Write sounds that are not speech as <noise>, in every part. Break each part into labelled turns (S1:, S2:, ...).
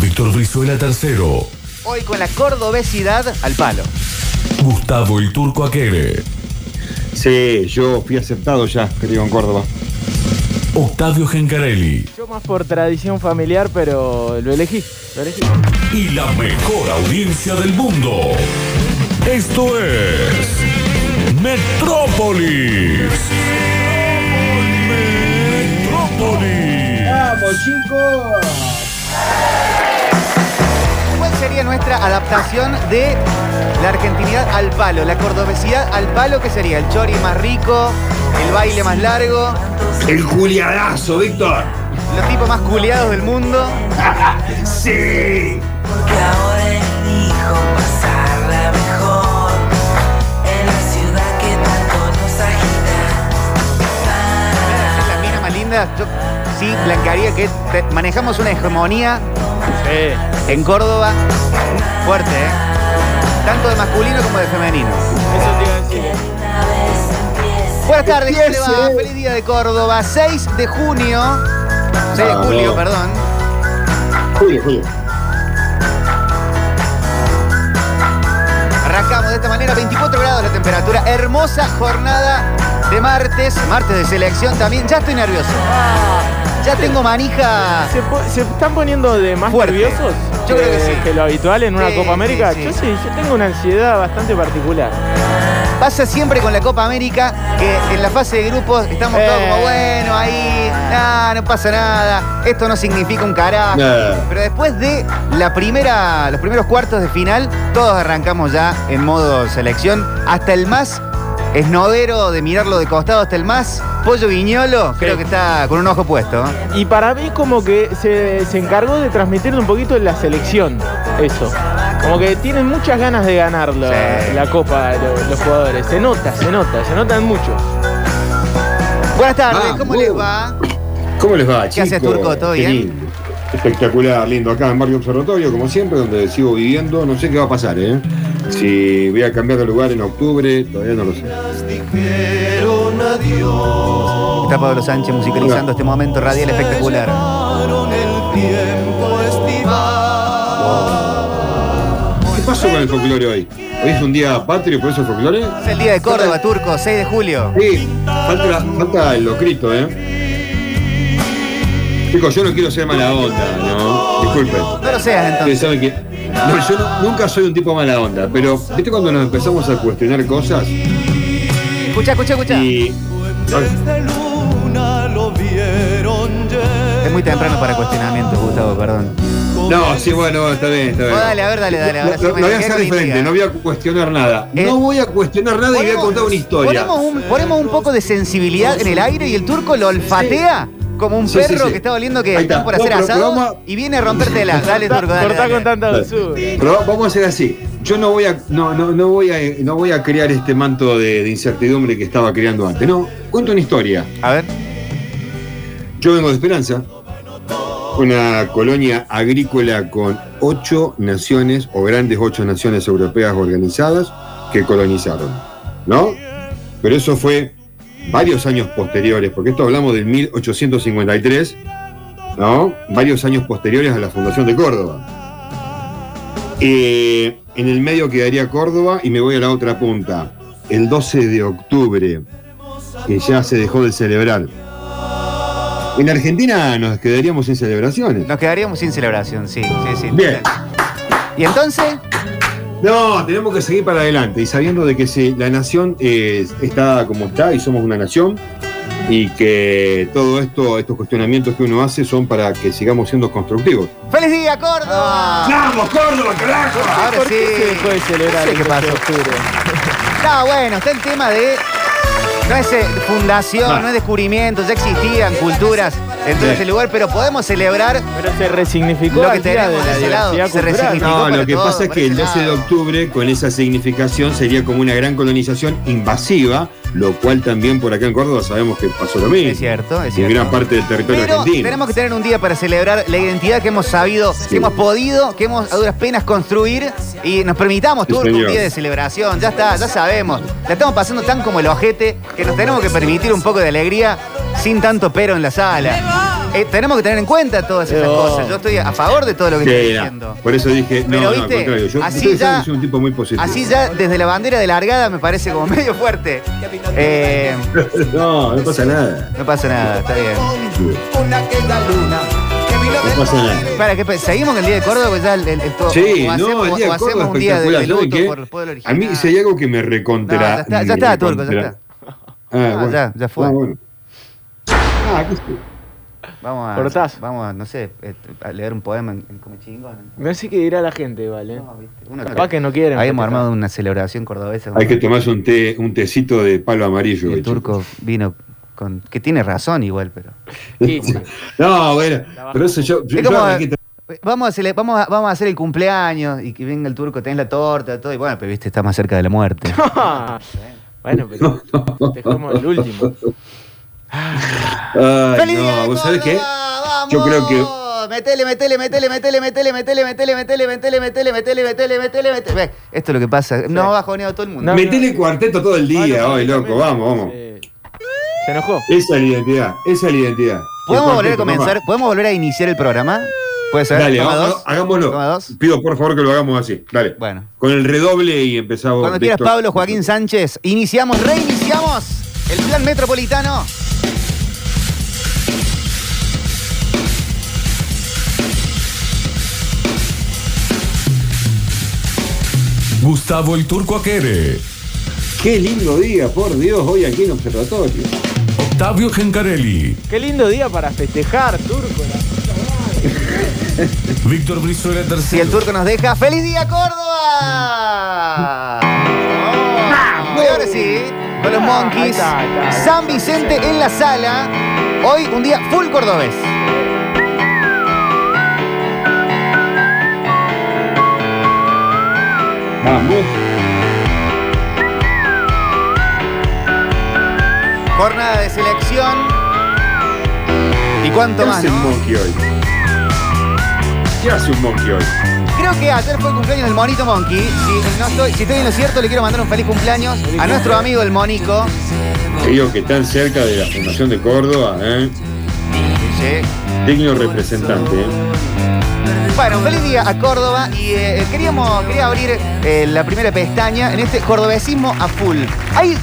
S1: Víctor Brizuela III.
S2: Hoy con la cordobesidad al palo.
S1: Gustavo el Turco Aquere.
S3: Sí, yo fui aceptado ya, creo, en Córdoba.
S1: Octavio Gencarelli.
S4: Yo más por tradición familiar, pero lo elegí. Lo elegí.
S1: y la mejor audiencia del mundo. Esto es Metrópolis. Metrópolis.
S5: ¡Vamos, chicos!
S2: ¿Cuál sería nuestra adaptación de la argentinidad al palo? La cordobesidad al palo, ¿qué sería? El chori más rico, el baile más largo,
S5: El Juliadazo, Víctor.
S2: los tipos más culeados del mundo.
S5: Sí.
S6: Porque ahora elijo pasarla mejor en la ciudad que tanto nos agita.
S2: Las minas más lindas, yo sí blanquearía que te- manejamos una hegemonía
S4: Sí.
S2: en Córdoba fuerte, ¿eh? Tanto de masculino como de femenino.
S4: Eso te iba a decir.
S6: Una vez empieza
S2: Buenas tardes, ¿cómo le va?
S5: Empiece.
S2: Feliz día de Córdoba, 6 de junio. 6 de
S3: Bravo.
S2: julio, perdón.
S3: Julio, Julio.
S2: Arrancamos de esta manera, 24 grados la temperatura. Hermosa jornada de martes, martes de selección también. Ya estoy nervioso. Ya tengo manija.
S4: ¿Se, po- se están poniendo de más
S2: Fuerte.
S4: nerviosos?
S2: Yo creo que sí.
S4: Que lo habitual en una
S2: Sí,
S4: Copa América.
S2: sí, sí.
S4: Yo sí, yo tengo una ansiedad bastante particular.
S2: Pasa siempre con la Copa América que en la fase de grupos estamos todos
S4: Eh.
S2: como, bueno, ahí, nah, no pasa nada, esto no significa un carajo.
S3: Nah.
S2: Pero después de la primera, los primeros cuartos de final, todos arrancamos ya en modo selección. Hasta el más esnodero de mirarlo de costado, hasta el más pollo viñolo, creo que está con un ojo puesto.
S4: Y para mí como que se, se encargó de transmitir un poquito la selección, eso. Como que tienen muchas ganas de ganar la,
S2: Sí.
S4: la copa lo- los jugadores. Se nota, se nota, se notan mucho.
S2: Buenas tardes,
S3: Ah,
S2: ¿cómo
S3: wow.
S2: les va?
S3: ¿Cómo les va,
S2: ¿Qué haces,
S3: chicos?
S2: Turco? ¿Todo
S3: Qué
S2: bien?
S3: lindo. Espectacular, lindo. Acá en Barrio Observatorio, como siempre, donde sigo viviendo. No sé qué va a pasar, ¿eh? Si voy a cambiar de lugar en octubre, todavía no lo sé.
S2: Está Pablo Sánchez musicalizando este momento radial espectacular.
S3: ¿Qué pasó con el folclore hoy? ¿Hoy es un día patrio, por eso el folclore?
S2: Es el día de Córdoba, Turco, 6 de julio.
S3: Sí, falta, falta el locrito, ¿eh? Chicos, yo no quiero ser mala onda, ¿no? Disculpen.
S2: No lo seas entonces.
S3: Ustedes saben que. No, yo no- nunca soy un tipo mala onda, pero ¿viste cuando nos empezamos a cuestionar cosas?
S2: Escucha, escucha, escucha.
S3: Y.
S2: Es muy temprano para cuestionamientos, Gustavo, perdón.
S3: No, sí, bueno, está bien, está bien.
S2: No, dale, a ver, dale, dale, ahora sí
S3: Lo, lo-
S2: me
S3: lo voy a
S2: dejé
S3: hacer
S2: con
S3: diferente,
S2: intriga.
S3: no voy a cuestionar nada.
S2: Eh,
S3: no voy a cuestionar nada y voy a
S2: Ponemos-
S3: contar una historia.
S2: Ponemos un, ponemos un poco de sensibilidad en el aire y el turco lo olfatea como un
S3: Sí,
S2: perro
S3: sí, sí.
S2: que está oliendo que
S3: Ahí está.
S2: está por
S3: No,
S2: hacer
S3: pero- pero
S2: asado
S3: vamos a-
S2: y viene a
S3: <laughs>
S2: rompértela. Dale, turco, dale.
S4: Cortá
S2: dale.
S4: con tanta
S3: Dale.
S4: dulzura.
S3: Pero va- vamos a hacer así. Yo no voy a, no, no, no voy a, no voy a crear este manto de, de incertidumbre que estaba creando antes. No, cuento una historia.
S2: A ver.
S3: Yo vengo de Esperanza, una colonia agrícola con ocho naciones o grandes ocho naciones europeas organizadas que colonizaron, ¿no? Pero eso fue varios años posteriores, porque esto hablamos del 1853, ¿no? Varios años posteriores a la fundación de Córdoba. Eh, en el medio quedaría Córdoba y me voy a la otra punta. El 12 de octubre, que ya se dejó de celebrar. En Argentina nos quedaríamos sin celebraciones.
S2: Nos quedaríamos sin celebración, sí, sí, sí.
S3: Bien.
S2: Y entonces,
S3: No, tenemos que seguir para adelante y sabiendo de que si la nación eh, está como está y somos una nación y que todo esto, estos cuestionamientos que uno hace son para que sigamos siendo constructivos.
S2: ¡feliz día,
S3: Ah.
S2: Córdoba!
S5: ¡Vamos, Córdoba, carajo!
S2: Ahora
S4: ¿Por
S2: sí.
S4: qué se dejó de celebrar
S2: No sé
S4: el
S2: qué
S4: 12 de
S2: pasó.
S4: octubre?
S2: No, bueno, está el tema de. No es eh, fundación, no es descubrimiento, ya existían culturas en todo
S3: Sí.
S2: ese lugar, pero podemos celebrar
S4: Pero se resignificó
S2: lo que
S4: al día
S2: tenemos
S4: de
S2: de
S4: la
S2: ese lado.
S4: diversidad
S2: Se
S4: cultural.
S2: resignificó.
S3: No,
S2: para
S3: lo que
S2: todo,
S3: pasa es
S2: para
S3: que el
S2: ese
S3: 12 de
S2: lado.
S3: octubre, con esa significación, sería como una gran colonización invasiva, lo cual también por acá en Córdoba sabemos que pasó lo mismo.
S2: Es cierto, es
S3: En
S2: cierto.
S3: gran parte del territorio
S2: Pero
S3: argentino.
S2: tenemos que tener un día para celebrar la identidad que hemos sabido, que hemos podido, que hemos a duras penas construir y nos permitamos
S3: Sí,
S2: todo un
S3: señor.
S2: día de celebración. Ya está, ya sabemos. La estamos pasando tan como el ojete que nos tenemos que permitir un poco de alegría sin tanto pero en la sala. Eh, tenemos que tener en cuenta todas esas
S4: Llegó.
S2: cosas. Yo estoy a favor de todo lo que
S3: Sí,
S2: estoy
S3: era.
S2: diciendo.
S3: Por eso dije, no,
S2: Pero,
S3: no, al
S2: ¿viste?
S3: contrario. Yo
S2: Así
S3: ustedes saben
S2: ya-
S3: que soy un tipo muy positivo.
S2: Así ya desde la bandera de largada me parece como <laughs> medio fuerte. Eh,
S3: <laughs> No, no pasa nada.
S2: no pasa nada, está bien.
S3: No pasa nada.
S2: Para que seguimos con el día de Córdoba, ya el, el, el todo-
S3: Sí,
S2: o
S3: no,
S2: hacemos-
S3: el día
S2: o
S3: de Córdoba
S2: hacemos un día de,
S3: espectacular.
S2: de
S3: ¿saben
S2: luto
S3: qué?
S2: por el pueblo
S3: A
S2: original.
S3: mí si hay algo que me
S2: No,
S3: recontra...
S2: ya está, ya está, Turco, ya está.
S3: Ah,
S2: No,
S3: bueno.
S2: ya, ya fue.
S3: Ah, bueno. Ah, qué sé.
S2: Vamos a,
S4: Cortás.
S2: vamos a, no sé, eh, a leer un poema en, en Comechingón.
S4: No sé qué dirá la gente, ¿vale?
S2: No, ¿viste? Uno-
S4: Capaz que no quieren.
S2: Habíamos
S4: festejar.
S2: armado una celebración cordobesa.
S3: Hay que
S2: un-
S3: tomarse un, té, un tecito de palo amarillo.
S2: y el
S3: chicos. <laughs>
S2: turco vino con... Que tiene razón igual, pero...
S4: Sí.
S3: No, bueno, pero eso yo... yo-
S2: Es como-
S3: yo arranqué-
S2: eh, Vamos a, cele- vamos, a, vamos a hacer el cumpleaños y que venga el turco, tenés la torta, todo. Y bueno, pero viste, está más cerca de
S4: <laughs>
S2: la muerte.
S4: bueno, pero
S3: <laughs>
S4: dejamos el último.
S3: Ay,
S2: ¡Feliz día
S3: no,
S2: de
S3: ¿vos sabés qué?
S2: Córdoba!
S3: Yo creo que-
S2: ¡Vamos! Metele, metele, metele, metele, metele, metele, metele, metele, metele, metele, metele, metele, metele, metele. Ve, Esto es lo que pasa. Nos ha bajoneado todo el mundo.
S4: No,
S3: Metele cuarteto todo el día
S4: Bueno,
S3: hoy, loco, vamos, vamos.
S4: Se, se enojó.
S3: Esa es la identidad, esa es la identidad.
S2: ¿Podemos
S3: El
S2: volver a
S3: cuarteto,
S2: comenzar?
S3: papá.
S2: ¿Podemos volver a iniciar el programa? ¿Puede ser?
S3: Dale,
S2: Toma
S3: vamos,
S2: dos.
S3: hagámoslo. Oh,
S2: Toma dos.
S3: Pido por favor que lo hagamos así. Dale.
S2: Bueno.
S3: Con el redoble y empezamos.
S2: Cuando quieras, Pablo Joaquín Sánchez, iniciamos, reiniciamos el plan metropolitano.
S1: Gustavo el Turco Aquere,
S3: Qué lindo día, por Dios, hoy aquí en Observatorio.
S1: Octavio Gencarelli,
S4: Qué lindo día para festejar, turco. la-
S1: Víctor Brizuela III.
S2: Si el turco nos deja, ¡Feliz día, Córdoba! Oh, y ahora sí, con los
S4: Ahí
S2: Monkeys,
S4: está, ahí está.
S2: San Vicente en la sala. Hoy un día full cordobés.
S3: Vamos.
S2: Jornada de selección. ¿Y
S3: ¿Qué
S2: cuánto más?
S3: hace un
S2: no?
S3: monkey hoy? ¿Qué hace un monkey hoy?
S2: Creo que ayer fue el cumpleaños del Monito Monkey. Si, no estoy, si estoy en lo cierto, le quiero mandar un feliz cumpleaños a nuestro amigo el Monico.
S3: Te digo que tan cerca de la Fundación de Córdoba, ¿eh?
S2: Sí.
S3: digno representante. ¿eh?
S2: Bueno, feliz día a Córdoba y eh, queríamos, quería abrir eh, la primera pestaña en este cordobesismo a full. Hay-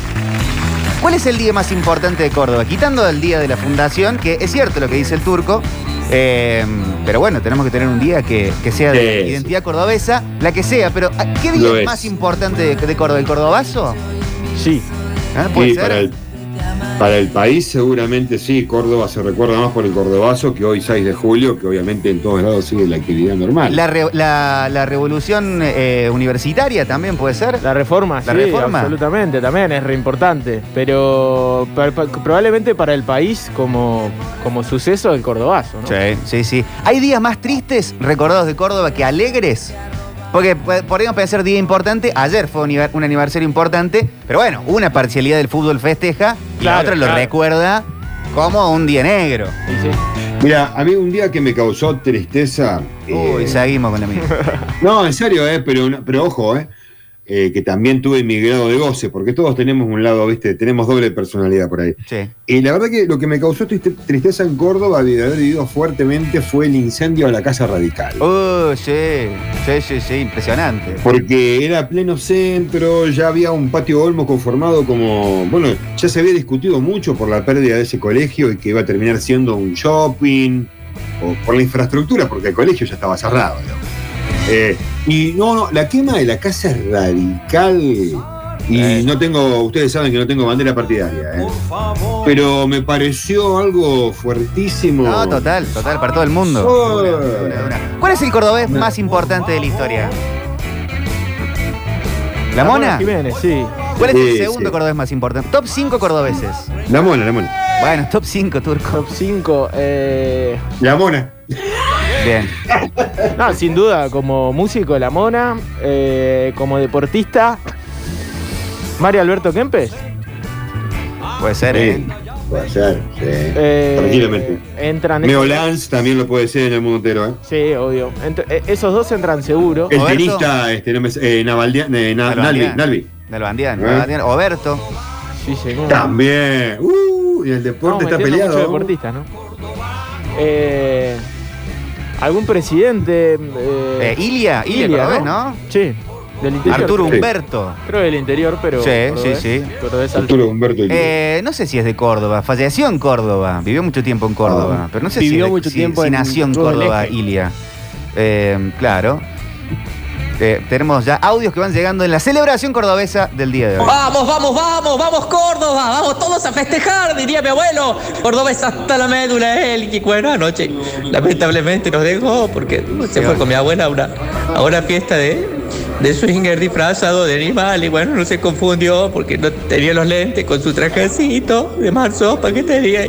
S2: ¿Cuál es el día más importante de Córdoba? Quitando el día de la fundación, que es cierto lo que dice el turco, eh, pero bueno, tenemos que tener un día que, que sea de
S3: Sí.
S2: identidad cordobesa, la que sea, pero ¿a- ¿qué día
S3: Lo
S2: es
S3: es.
S2: más importante de, de Córdoba? ¿El cordobazo?
S4: Sí.
S2: ¿Ah, ¿Puede
S3: Y
S2: ser?
S3: para el, para el país seguramente sí, Córdoba se recuerda más por el cordobazo que hoy 6 de julio, que obviamente en todos lados sigue la actividad normal.
S2: La, re- la- la revolución eh, universitaria también puede ser.
S4: La reforma,
S2: ¿La
S4: sí,
S2: reforma?
S4: absolutamente, también es re importante. Pero pa- pa- probablemente para el país como, como suceso del cordobazo, ¿no?
S2: Sí, sí, sí. ¿Hay días más tristes recordados de Córdoba que alegres? Porque eh, p- podríamos pensar día importante, ayer fue univer- un aniversario importante, pero bueno, una parcialidad del fútbol festeja y la
S4: Claro,
S2: otra lo
S4: claro.
S2: recuerda como un día negro.
S4: Y sí.
S3: Mira, a mí un día que me causó tristeza. eh,
S2: Uy, seguimos con
S4: <laughs>
S2: la misma.
S3: no, en serio, eh, pero, no- pero ojo, eh, eh, que también tuve mi grado de goce, porque todos tenemos un lado, viste, tenemos doble personalidad por ahí.
S2: Sí.
S3: Y la verdad que lo que me causó triste- tristeza en Córdoba de haber vivido fuertemente fue el incendio a la Casa Radical.
S2: Uy, sí, sí, sí, sí, impresionante.
S3: Porque era pleno centro, ya había un patio Olmo conformado como. Bueno, ya se había discutido mucho por la pérdida de ese colegio y que iba a terminar siendo un shopping o por la infraestructura, porque el colegio ya estaba cerrado. digamos. Eh, y no, no, la quema de la casa es radical. Y
S2: Eh.
S3: no tengo, ustedes saben que no tengo bandera partidaria, eh. pero me pareció algo fuertísimo. Oh.
S2: No, total, total, para todo el mundo.
S3: Uy.
S2: Una, una, una. ¿Cuál es el cordobés más importante de la historia? ¿La mona?
S4: Jiménez, sí.
S2: ¿Cuál es el
S3: Sí,
S2: segundo
S3: sí.
S2: cordobés más importante? Top 5 cordobeses.
S3: La mona, la mona.
S2: Bueno, top 5 turco.
S4: Top 5. Eh,
S3: La mona.
S2: Bien.
S4: no, sin duda, como músico, la mona. eh, como deportista, Mario Alberto Kempes.
S2: Puede ser, ¿eh?
S3: Sí, puede ser, sí.
S4: Eh,
S3: Tranquilamente.
S4: Entran.
S3: Meo Lanz también lo puede ser en el mundo entero, ¿eh?
S4: Sí, obvio. Ent- eh, esos dos entran seguro.
S3: El
S2: Roberto.
S3: tenista, este, no me sé, eh, Navaldia- eh, Na- Nalvi,
S2: Nalbandian.
S3: Nalvi.
S2: Nalbandian,
S3: ¿Eh?
S2: Nalbandian. Oberto.
S4: Sí, seguro.
S3: También. Uh, y el
S4: Estamos
S3: deporte
S4: metiendo
S3: está peleado.
S4: mucho deportista, ¿no? Eh, ¿Algún presidente?
S2: Eh, Ilia, Ilia,
S4: Ilia,
S2: Cordobés,
S4: ¿no?
S2: ¿no?
S4: Sí, del interior.
S2: Arturo
S3: Sí.
S2: Humberto.
S4: Creo del interior, pero.
S2: Sí, sí,
S4: cordobés.
S2: sí.
S4: Cordobés alto.
S3: Arturo Humberto y
S2: Eh, no sé si es de Córdoba. Falleció en Córdoba. Vivió mucho tiempo en Córdoba.
S3: Ah.
S2: Pero no sé si,
S4: Vivió
S2: es de-
S4: mucho
S2: si-
S4: tiempo
S2: si
S4: en
S2: nació en
S4: Cruz del
S2: Córdoba,
S4: Eje.
S2: Ilia. Eh, claro. Eh, tenemos ya audios que van llegando en la celebración cordobesa del día de hoy.
S7: Vamos, vamos, vamos, vamos Córdoba, vamos todos a festejar, diría mi abuelo. Córdoba es hasta la médula, él. Y bueno, anoche lamentablemente nos dejó porque se fue con mi abuela a una, a una fiesta de, de swinger disfrazado de animal. Y bueno, no se confundió porque no tenía los lentes con su trajecito de marzo, ¿para qué te diga?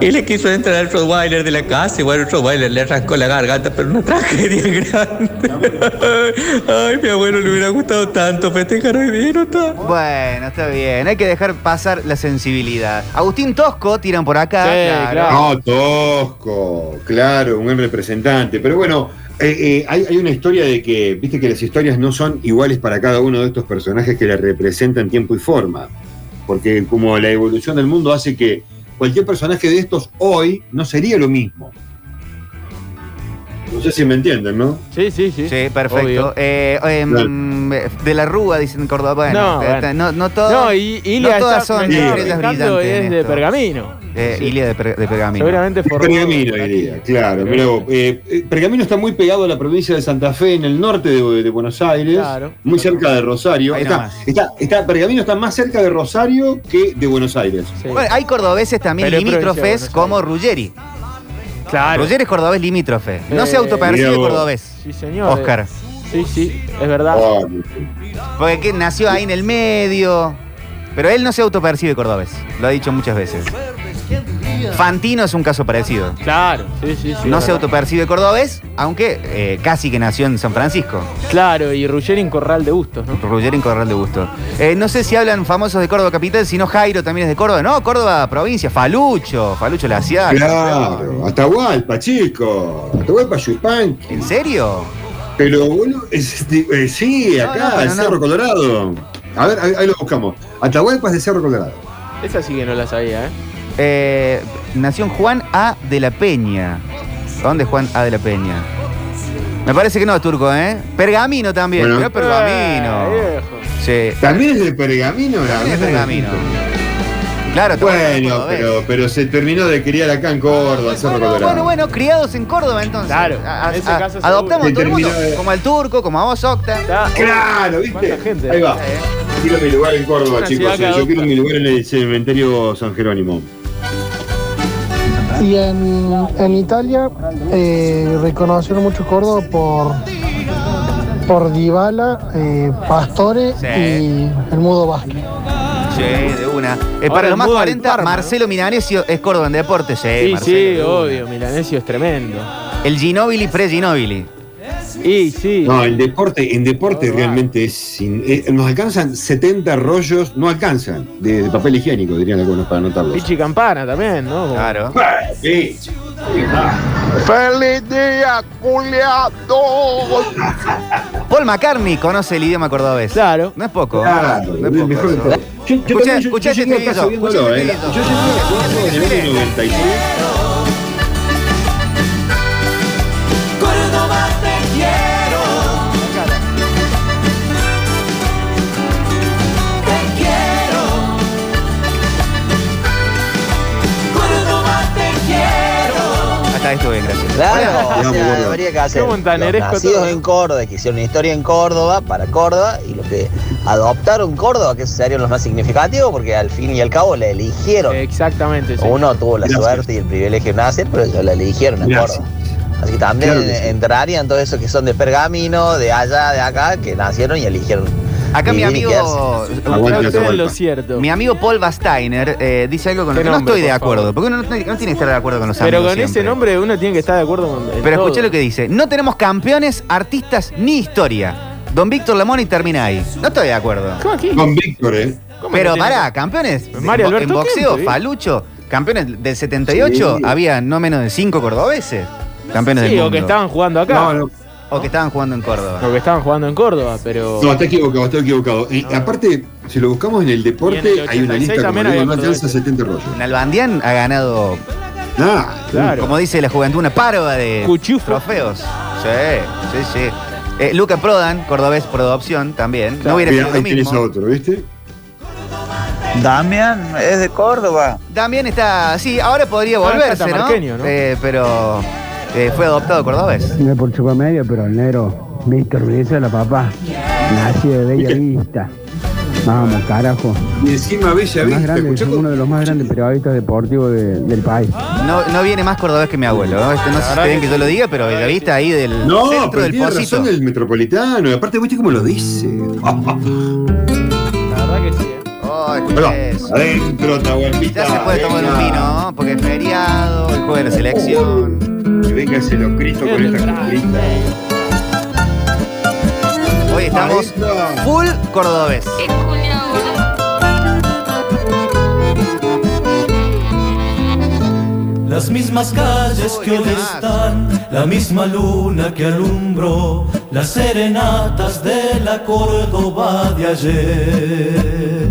S7: Y le quiso entrar al Rottweiler de la casa y bueno, el Rottweiler le arrancó la garganta, pero una tragedia <laughs> grande. Ay, mi abuelo le hubiera gustado tanto festejar hoy día, no está.
S2: Bueno, está bien. Hay que dejar pasar la sensibilidad. Agustín Tosco, tiran por acá.
S4: Sí, claro.
S3: No, Tosco, claro, un gran representante. Pero bueno, eh, eh, hay, hay una historia de que, viste que las historias no son iguales para cada uno de estos personajes que la representan tiempo y forma. Porque como la evolución del mundo hace que cualquier personaje de estos hoy no sería lo mismo. No sé si me entienden, ¿no?
S4: Sí, sí, sí.
S2: Sí,
S4: Obvio.
S2: perfecto. Eh, eh, mm, de la Rúa, dicen Córdoba. Bueno,
S4: No,
S2: eh,
S4: bueno.
S2: No, no todo.
S4: No, y Ilia
S2: no todas
S4: está-
S2: son
S4: me estaba
S2: estrellas
S4: pensando,
S2: brillantes en
S4: es de
S2: esto.
S4: Pergamino.
S2: Eh,
S4: Sí.
S2: Ilia de, per- de Pergamino.
S4: Seguramente formó-
S3: Pergamino, diría, claro. mirá vos. Eh, eh, Pergamino está muy pegado a la provincia de Santa Fe, en el norte de, de Buenos Aires,
S4: Claro.
S3: muy cerca de Rosario.
S2: Ahí
S3: Está,
S2: nomás.
S3: está, está- Pergamino está más cerca de Rosario que de Buenos Aires.
S4: Sí.
S2: Bueno, hay cordobeses también
S4: Pero es provincia
S2: limítrofes
S4: de Buenos
S2: como
S4: Aires.
S2: Ruggeri.
S4: claro.
S2: Ruggeri es cordobés limítrofe. No se
S4: Eh,
S2: autopercibe
S3: mirá vos.
S2: cordobés.
S4: Sí, señor.
S2: Oscar.
S4: Sí, sí, es
S2: Ah.
S4: verdad.
S3: Oh,
S2: Porque que nació ahí en el medio. Pero él no se autopercibe cordobés. Lo ha dicho muchas veces. Fantino es un caso parecido.
S4: Claro, sí, sí, sí.
S2: No
S4: es
S2: se
S4: verdad.
S2: autopercibe cordobés, aunque eh, casi que nació en San Francisco.
S4: Claro, y Ruggeri en Corral de Bustos, ¿no?
S2: Ruggeri en Corral de Gusto. Eh, no sé si hablan famosos de Córdoba Capital, sino Jairo también es de Córdoba. No, Córdoba provincia, Falucho, Falucho la hacía.
S3: claro, Atahualpa, chico. Atahualpa, Yupanqui.
S2: ¿En serio?
S3: Pero bueno, es- este, eh, sí,
S2: No, no,
S3: acá,
S2: pero
S3: en
S2: no.
S3: Cerro Colorado. A ver, ahí, ahí lo buscamos. Atahualpa es de Cerro Colorado.
S4: Esa sí que no la sabía, ¿eh?
S2: Eh, nació en Juan A. de la Peña. ¿Dónde es Juan A. de la Peña? Me parece que no, turco, ¿eh? Pergamino también,
S3: Bueno.
S2: pero Pergamino.
S4: Eh, viejo.
S2: Sí,
S3: ¿También es de Pergamino? la
S2: también es
S3: verdad.
S2: Pergamino. Claro, todo
S3: Bueno,
S2: todo es.
S3: pero, pero se terminó de criar acá en Córdoba, en Cerro
S2: Ah, Bueno,
S3: Colorado.
S2: bueno, bueno, criados en Córdoba entonces.
S4: Claro,
S2: A- a-
S4: en ese
S2: a-
S4: caso
S2: adoptamos a todo el
S3: seguro.
S2: mundo,
S3: Determinado.
S2: como al turco, como a vos, Octa.
S4: Está-
S3: Claro, ¿viste?
S4: ¿Cuánta gente?
S3: Ahí va.
S2: Eh,
S3: Quiero mi lugar en Córdoba,
S4: Una
S3: chicos.
S4: ciudad que
S3: Yo
S4: adopta.
S3: quiero mi lugar en el cementerio San Jerónimo.
S8: Y en, en Italia eh, reconocieron mucho Córdoba por, por Dybala, eh, Pastore
S2: Sí.
S8: y el Mudo Vázquez.
S2: Sí, de una. Eh,
S4: Ahora
S2: para los
S4: el
S2: más
S4: mudo del
S2: 40,
S4: Parma, ¿no?
S2: Marcelo Minaresio es Córdoba en deporte. Sí,
S4: Sí,
S2: Marcelo,
S4: sí,
S2: de una.
S4: obvio, Milanesio es tremendo.
S2: El Ginóbili pre-Ginóbili.
S4: Y sí,
S3: No, el deporte, en deporte
S4: Córdoba.
S3: realmente es. sin- eh, nos alcanzan 70 rollos, no alcanzan, de, de papel higiénico, dirían algunos para anotarlos.
S4: Pichi Campana también, ¿no? Como-
S2: Claro.
S3: Sí.
S5: ¡Feliz día, culiado!
S2: Paul McCartney conoce el idioma cordobés.
S4: Claro.
S2: No es poco.
S3: Claro,
S2: no es
S3: el
S2: poco
S3: mejor
S2: eso.
S3: de todos. Yo, yo
S2: Escuchá-
S3: también, yo-
S2: escuchá
S3: yo
S2: este
S3: llegué acá
S2: estribillo,
S3: sabiéndolo,
S2: escuchá
S3: eh.
S2: este
S3: Yo llegué a Córdoba en el año 96.
S6: Córdoba te quiero. Te quiero. Córdoba te quiero.
S2: Hasta ahí estuve, gracias.
S9: Claro,
S3: Hola.
S9: o sea, habría que hacer
S4: Qué
S9: los
S4: montaneresco todo.
S9: nacidos en Córdoba, que hicieron historia en Córdoba, para Córdoba, y los que adoptaron Córdoba, que esos serían los más significativos, porque al fin y al cabo la eligieron.
S4: Exactamente, sí.
S9: Uno tuvo la
S3: Gracias.
S9: suerte y el privilegio de nacer, pero ellos la eligieron a
S3: Gracias.
S9: Córdoba. Así que también
S3: Claro que sí.
S9: entrarían todos esos que son de Pergamino, de allá, de acá, que nacieron y eligieron
S2: Acá mi
S9: Y quedarse.
S2: amigo. eh,
S3: Aguante,
S4: Usted es
S3: aguante.
S4: lo cierto.
S2: Mi amigo Paul Bastainer eh, dice algo con lo
S4: Qué
S2: que no
S4: nombre,
S2: estoy de
S4: por
S2: acuerdo,
S4: favor.
S2: porque uno no, tiene- no tiene que estar de acuerdo con los
S4: Pero
S2: amigos
S4: con ese
S2: siempre.
S4: nombre uno tiene que estar de acuerdo con. en
S2: Pero
S4: todo.
S2: escuché lo que dice. No tenemos campeones, artistas ni historia. Don Víctor Lamoni termina ahí. No estoy de acuerdo.
S4: ¿Cómo aquí?
S3: Don Víctor, ¿eh?
S4: ¿Cómo
S2: Pero
S4: no tiene-
S2: pará, campeones.
S4: Mario
S2: en bo- en
S4: Alberto
S2: boxeo,
S4: Kempe, ¿eh?
S2: Falucho. Campeones del 78
S3: Sí.
S2: había no menos de 5 cordobeses. Campeones
S4: Sí,
S2: del mundo.
S4: o que estaban jugando acá.
S3: No, no,
S2: O que estaban jugando en Córdoba.
S4: O que estaban jugando en Córdoba, pero.
S3: no, está equivocado, está equivocado. Y aparte, si lo buscamos en el
S4: Y en
S3: deporte,
S4: el
S3: hay una
S4: 86
S3: lista como
S4: también
S3: digo,
S4: había
S3: no alcanza
S4: cordobeses.
S3: 70 rollos.
S2: Nalbandián ha ganado,
S3: Nada.
S4: Claro.
S2: como dice la juventud, una parva de
S4: Cuchufo.
S2: trofeos. Sí, sí, sí. Eh, Luca Prodan, cordobés por adopción también. No hubiera
S3: eh, Mira,
S2: sido lo
S3: ahí tenés a
S2: mismo.
S3: otro, ¿viste?
S9: Damián es de Córdoba.
S2: También está, sí, ahora podría
S4: Ahora está
S2: volverse, ¿no?
S4: tamarqueño, ¿no?
S2: Eh, pero eh, fue adoptado cordobés.
S10: No es por chupar medio, pero el negro, Víctor de la papá, nacido de Bella Vista. Vamos, carajo.
S3: Y encima Bella
S10: El más
S3: Vista,
S10: grande,
S3: escuchá
S10: uno de los más grandes periodistas deportivos de- del país.
S2: No, no viene más cordobés que mi abuelo. No, Este, no sé si está bien que yo lo diga, pero Bellavista ahí del
S3: No,
S2: centro
S3: pero
S2: del
S3: tiene
S2: Pocito. Mm.
S3: razón el metropolitano. Y aparte, ¿viste cómo lo dice? <laughs> Ah, ah.
S4: La verdad que sí. ¿eh?
S2: Oh,
S3: Bueno,
S2: es-
S3: adentro, Tahuelpita.
S2: Ya se puede tomar un
S3: venga.
S2: vino, ¿no? porque es feriado, el juego de la selección.
S3: Que venga ese locrito con esta cumplita.
S2: Hoy estamos full cordobés.
S11: Las mismas calles que hoy están, la misma luna que alumbró las serenatas de la Córdoba de ayer.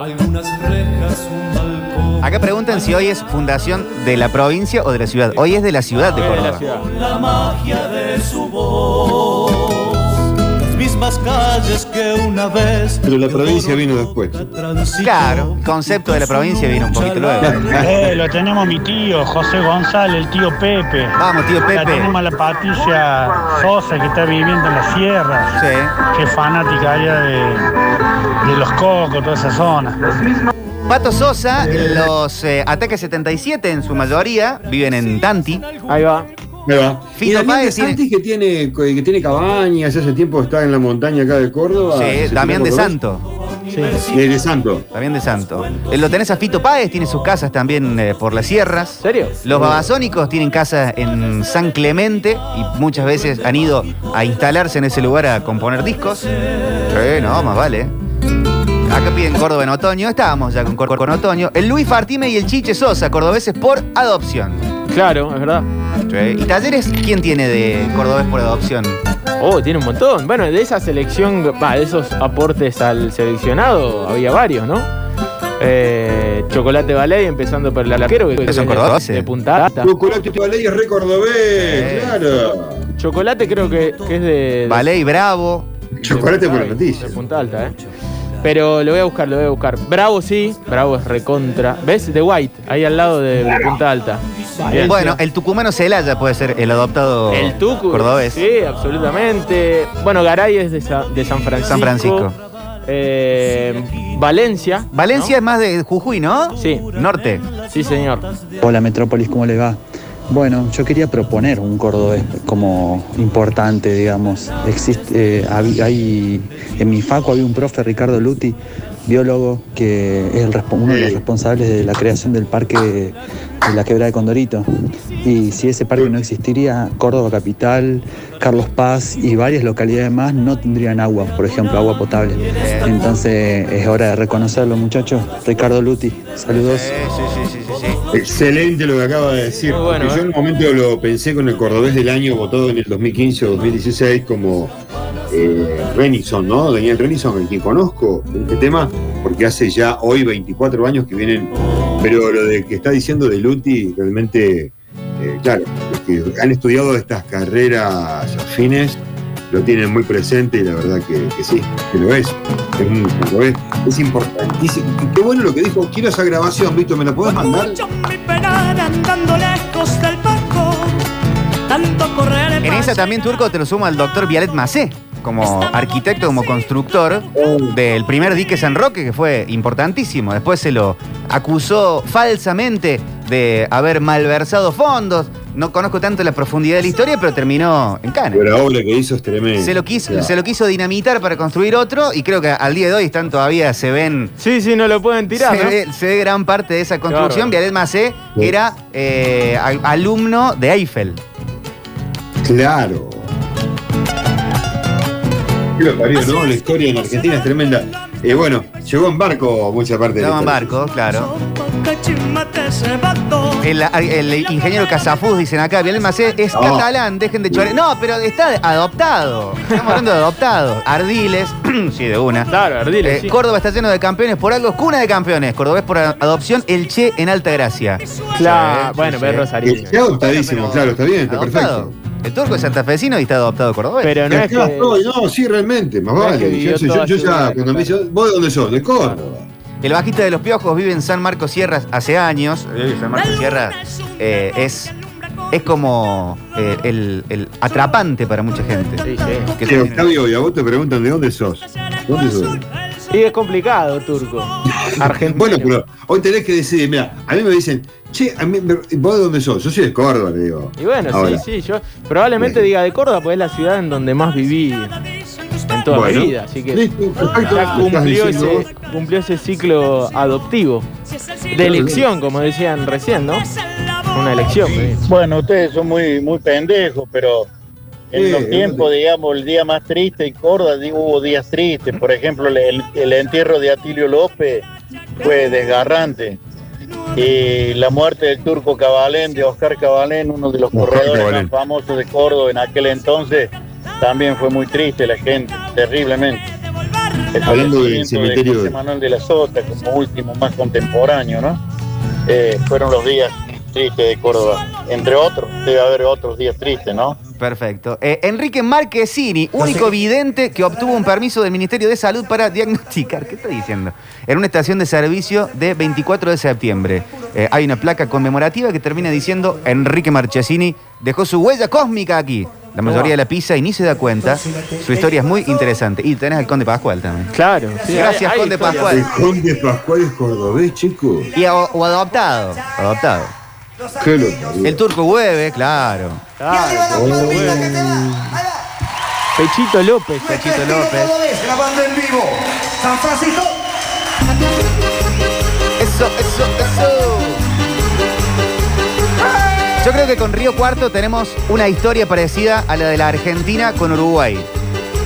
S11: Algunas rejas, un balcón.
S2: Acá preguntan si hoy es fundación de la provincia o de la ciudad. Hoy es de la ciudad
S3: Ah,
S2: de
S4: Fue de la
S2: Córdoba.
S4: ciudad.
S11: con la magia de su voz. Las mismas calles que una vez.
S3: Pero la provincia vino después.
S2: Claro, el concepto de la provincia vino un poquito luego.
S10: Eh, lo tenemos mi tío, José González, el tío Pepe.
S2: Vamos, tío Pepe.
S10: a la Patricia Sosa, que está viviendo en la sierra.
S2: Sí.
S10: Qué fanática allá de, de los cocos, toda esa zona.
S2: Pato Sosa, los eh, ataques 77 en su mayoría viven en Tanti.
S4: Ahí va.
S3: Me va.
S2: Fito
S3: y Damián de
S2: Páez tiene-
S3: Santis que tiene, que tiene cabañas, hace tiempo está en la montaña acá de Córdoba.
S2: Sí,
S3: Se
S2: Damián de
S3: llama
S2: Santo.
S4: Sí.
S3: Córdoba. Eh, de Santo.
S2: Damián de Santo. Eh, Lo tenés a Fito Páez, tiene sus casas también eh, por las sierras.
S4: ¿En serio?
S2: Los babasónicos tienen casa en San Clemente y muchas veces han ido a instalarse en ese lugar a componer discos. Sí, no, más vale. Acá piden Córdoba en otoño, estábamos ya con Córdoba con otoño. El Luis Fartime y el Chiche Sosa, cordobeses por adopción.
S4: Claro, es verdad.
S2: Sí. ¿Y talleres quién tiene de cordobés por adopción?
S4: Oh, tiene un montón. Bueno, de esa selección, va, de esos aportes al seleccionado, había varios, ¿no? Eh, Chocolate Ballet, empezando por el arquero. que-
S2: Eso en
S4: de-
S2: Córdoba, sí.
S4: De Punta Alta.
S3: Chocolate Baley es récord
S2: Sí.
S3: B, claro.
S4: Chocolate creo que, que es de... de-
S2: Vale y Bravo.
S3: Chocolate por la
S4: Ay,
S3: noticia.
S4: De Punta Alta, ¿eh? Pero lo voy a buscar, lo voy a buscar. Bravo sí, Bravo es recontra. ¿Ves? De White, ahí al lado de, de Punta Alta. Bien.
S2: Bueno, el tucumano Celaya puede ser el adoptado
S4: el Tucu.
S2: cordobés.
S4: Sí, absolutamente. Bueno, Garay es de, Sa- de San Francisco.
S2: San Francisco.
S4: Eh, Valencia. ¿no?
S2: Valencia es más de Jujuy, ¿no?
S4: Sí.
S2: Norte.
S4: Sí, señor.
S10: Hola Metrópolis, ¿cómo les va? Bueno, yo quería proponer un cordobés como importante, digamos. Existe, eh, hab- hay, en mi facu había un profe, Ricardo Luti, biólogo, que es el respo- uno de los responsables de la creación del parque de la quebrada de Condorito. Y si ese parque no existiría, Córdoba Capital, Carlos Paz y varias localidades más no tendrían agua, por ejemplo, agua potable. Entonces es hora de reconocerlo, muchachos. Ricardo Luti, saludos.
S2: sí, sí, sí, sí.
S3: Excelente lo que acaba de decir.
S4: Muy bueno, ¿eh?
S3: porque yo en un momento lo pensé con el cordobés del año votado en el 2015 o 2016 como eh, Renison, ¿no? Daniel Renison, el que conozco en este tema, porque hace ya hoy 24 años que vienen. Pero lo de que está diciendo de Luti, realmente, eh, claro, los que han estudiado estas carreras afines lo tienen muy presente y la verdad que, que sí, que lo es. Es, un cordobés, es importantísimo. Y Qué bueno lo que dijo. Quiero esa grabación, Víctor, ¿me la podés mandar?
S2: En esa también Turco te lo suma al doctor Vialet Macé, como arquitecto, como constructor del primer dique San Roque, que fue importantísimo. Después se lo acusó falsamente de haber malversado fondos, no conozco tanto la profundidad de la historia, pero terminó en Cana.
S3: Pero la obra que hizo es tremenda.
S2: Se lo, quiso,
S3: Ya.
S2: se lo quiso dinamitar para construir otro y creo que al día de hoy están todavía, se ven...
S4: Sí, sí, no lo pueden tirar,
S2: Se,
S4: ¿no?
S2: ve, se ve gran parte de esa construcción.
S4: Claro.
S2: Vialet Macé era eh, al- alumno de Eiffel.
S3: Claro. Que lo parió, ¿no? La historia en Argentina es tremenda. Y bueno, llegó en barco mucha parte
S2: Estaba en
S3: de la
S2: barco, claro. El, el ingeniero Casafus, dicen acá, Vialet Macé es
S3: No.
S2: catalán, dejen de chorar. No, pero está adoptado. Estamos hablando de adoptado. Ardiles, <clears throat> sí, de una.
S4: Claro, Ardiles,
S2: Eh,
S4: sí.
S2: Córdoba está lleno de campeones por algo, es cuna de campeones. Cordobés por a- adopción, el Che en Alta Gracia.
S4: Claro, bueno, pero es
S3: historia.
S4: Rosarino.
S3: Está adoptadísimo, claro, está bien, está
S2: Adoptado.
S3: perfecto.
S2: El turco es santafesino y está adoptado cordobés.
S4: Pero no
S3: Y
S4: es
S3: acá
S4: que.
S3: estoy, no, sí, realmente, más
S4: No es que
S3: vale. Yo,
S4: vivió
S3: yo-
S4: toda
S3: yo
S4: su
S3: ya,
S4: vida,
S3: cuando me dicen, ¿vos de dónde sos? De Córdoba.
S2: El bajista de los piojos vive en San Marcos Sierra hace años. Eh, San Marcos Sierra eh, es, es como eh, el, el atrapante para mucha gente.
S4: Sí, sí.
S2: Que
S3: Che,
S2: se-
S3: Octavio, y a vos te preguntan de dónde sos. ¿Dónde sos?
S4: Y es complicado, turco. Argentino.
S3: Bueno, pero hoy tenés que decidir, mira, a mí me dicen, che, a mí, ¿vos de dónde sos? Yo soy de Córdoba, le digo.
S4: Y bueno,
S3: Ahora.
S4: sí, sí, yo probablemente diga de Córdoba, porque es la ciudad en donde más <laughs> viví en toda
S3: Bueno.
S4: mi vida. Así que
S3: Listo, perfecto.
S4: ya
S3: ¿Qué estás
S4: cumplió
S3: diciendo
S4: ese, cumplió ese ciclo adoptivo. De elección, como decían recién, ¿no? Una elección. pues.
S12: Bueno, ustedes son muy, muy pendejos, pero en
S3: Sí,
S12: los tiempos, digamos, el día más triste en Córdoba di- hubo días tristes. Por ejemplo, el, el entierro de Atilio López fue desgarrante. Y la muerte del turco Cabalén, de Oscar Cabalén, uno de los
S3: Oscar
S12: corredores
S3: Cabalén.
S12: más famosos de Córdoba en aquel entonces, también fue muy triste la gente, terriblemente. El
S3: Hablando del
S12: fallecimiento
S3: cementerio-
S12: de José Manuel de la Sota, como último, más contemporáneo, ¿no? Eh, fueron los días tristes de Córdoba. Entre otros, debe haber otros días tristes, ¿no?
S2: Perfecto. Eh, Enrique Marquesini, único vidente que obtuvo un permiso del Ministerio de Salud para diagnosticar. ¿Qué está diciendo? En una estación de servicio de 24 de septiembre. Eh, hay una placa conmemorativa que termina diciendo: Enrique Marchesini dejó su huella cósmica aquí. La mayoría de la pisa y ni se da cuenta. Su historia es muy interesante. Y tenés al Conde Pascual también.
S4: Claro. sí,
S2: Gracias,
S4: hay- hay
S2: Conde
S4: historias.
S2: Pascual.
S3: El conde Pascual es cordobés, chico.
S2: Y, a- o adoptado. Adoptado.
S3: Qué loco.
S2: El turco hueve, claro.
S4: Claro. Pechito López.
S2: Pechito López.
S6: San Francisco.
S2: Eso, eso, eso. Yo creo que con Río Cuarto tenemos una historia parecida a la de la Argentina con Uruguay.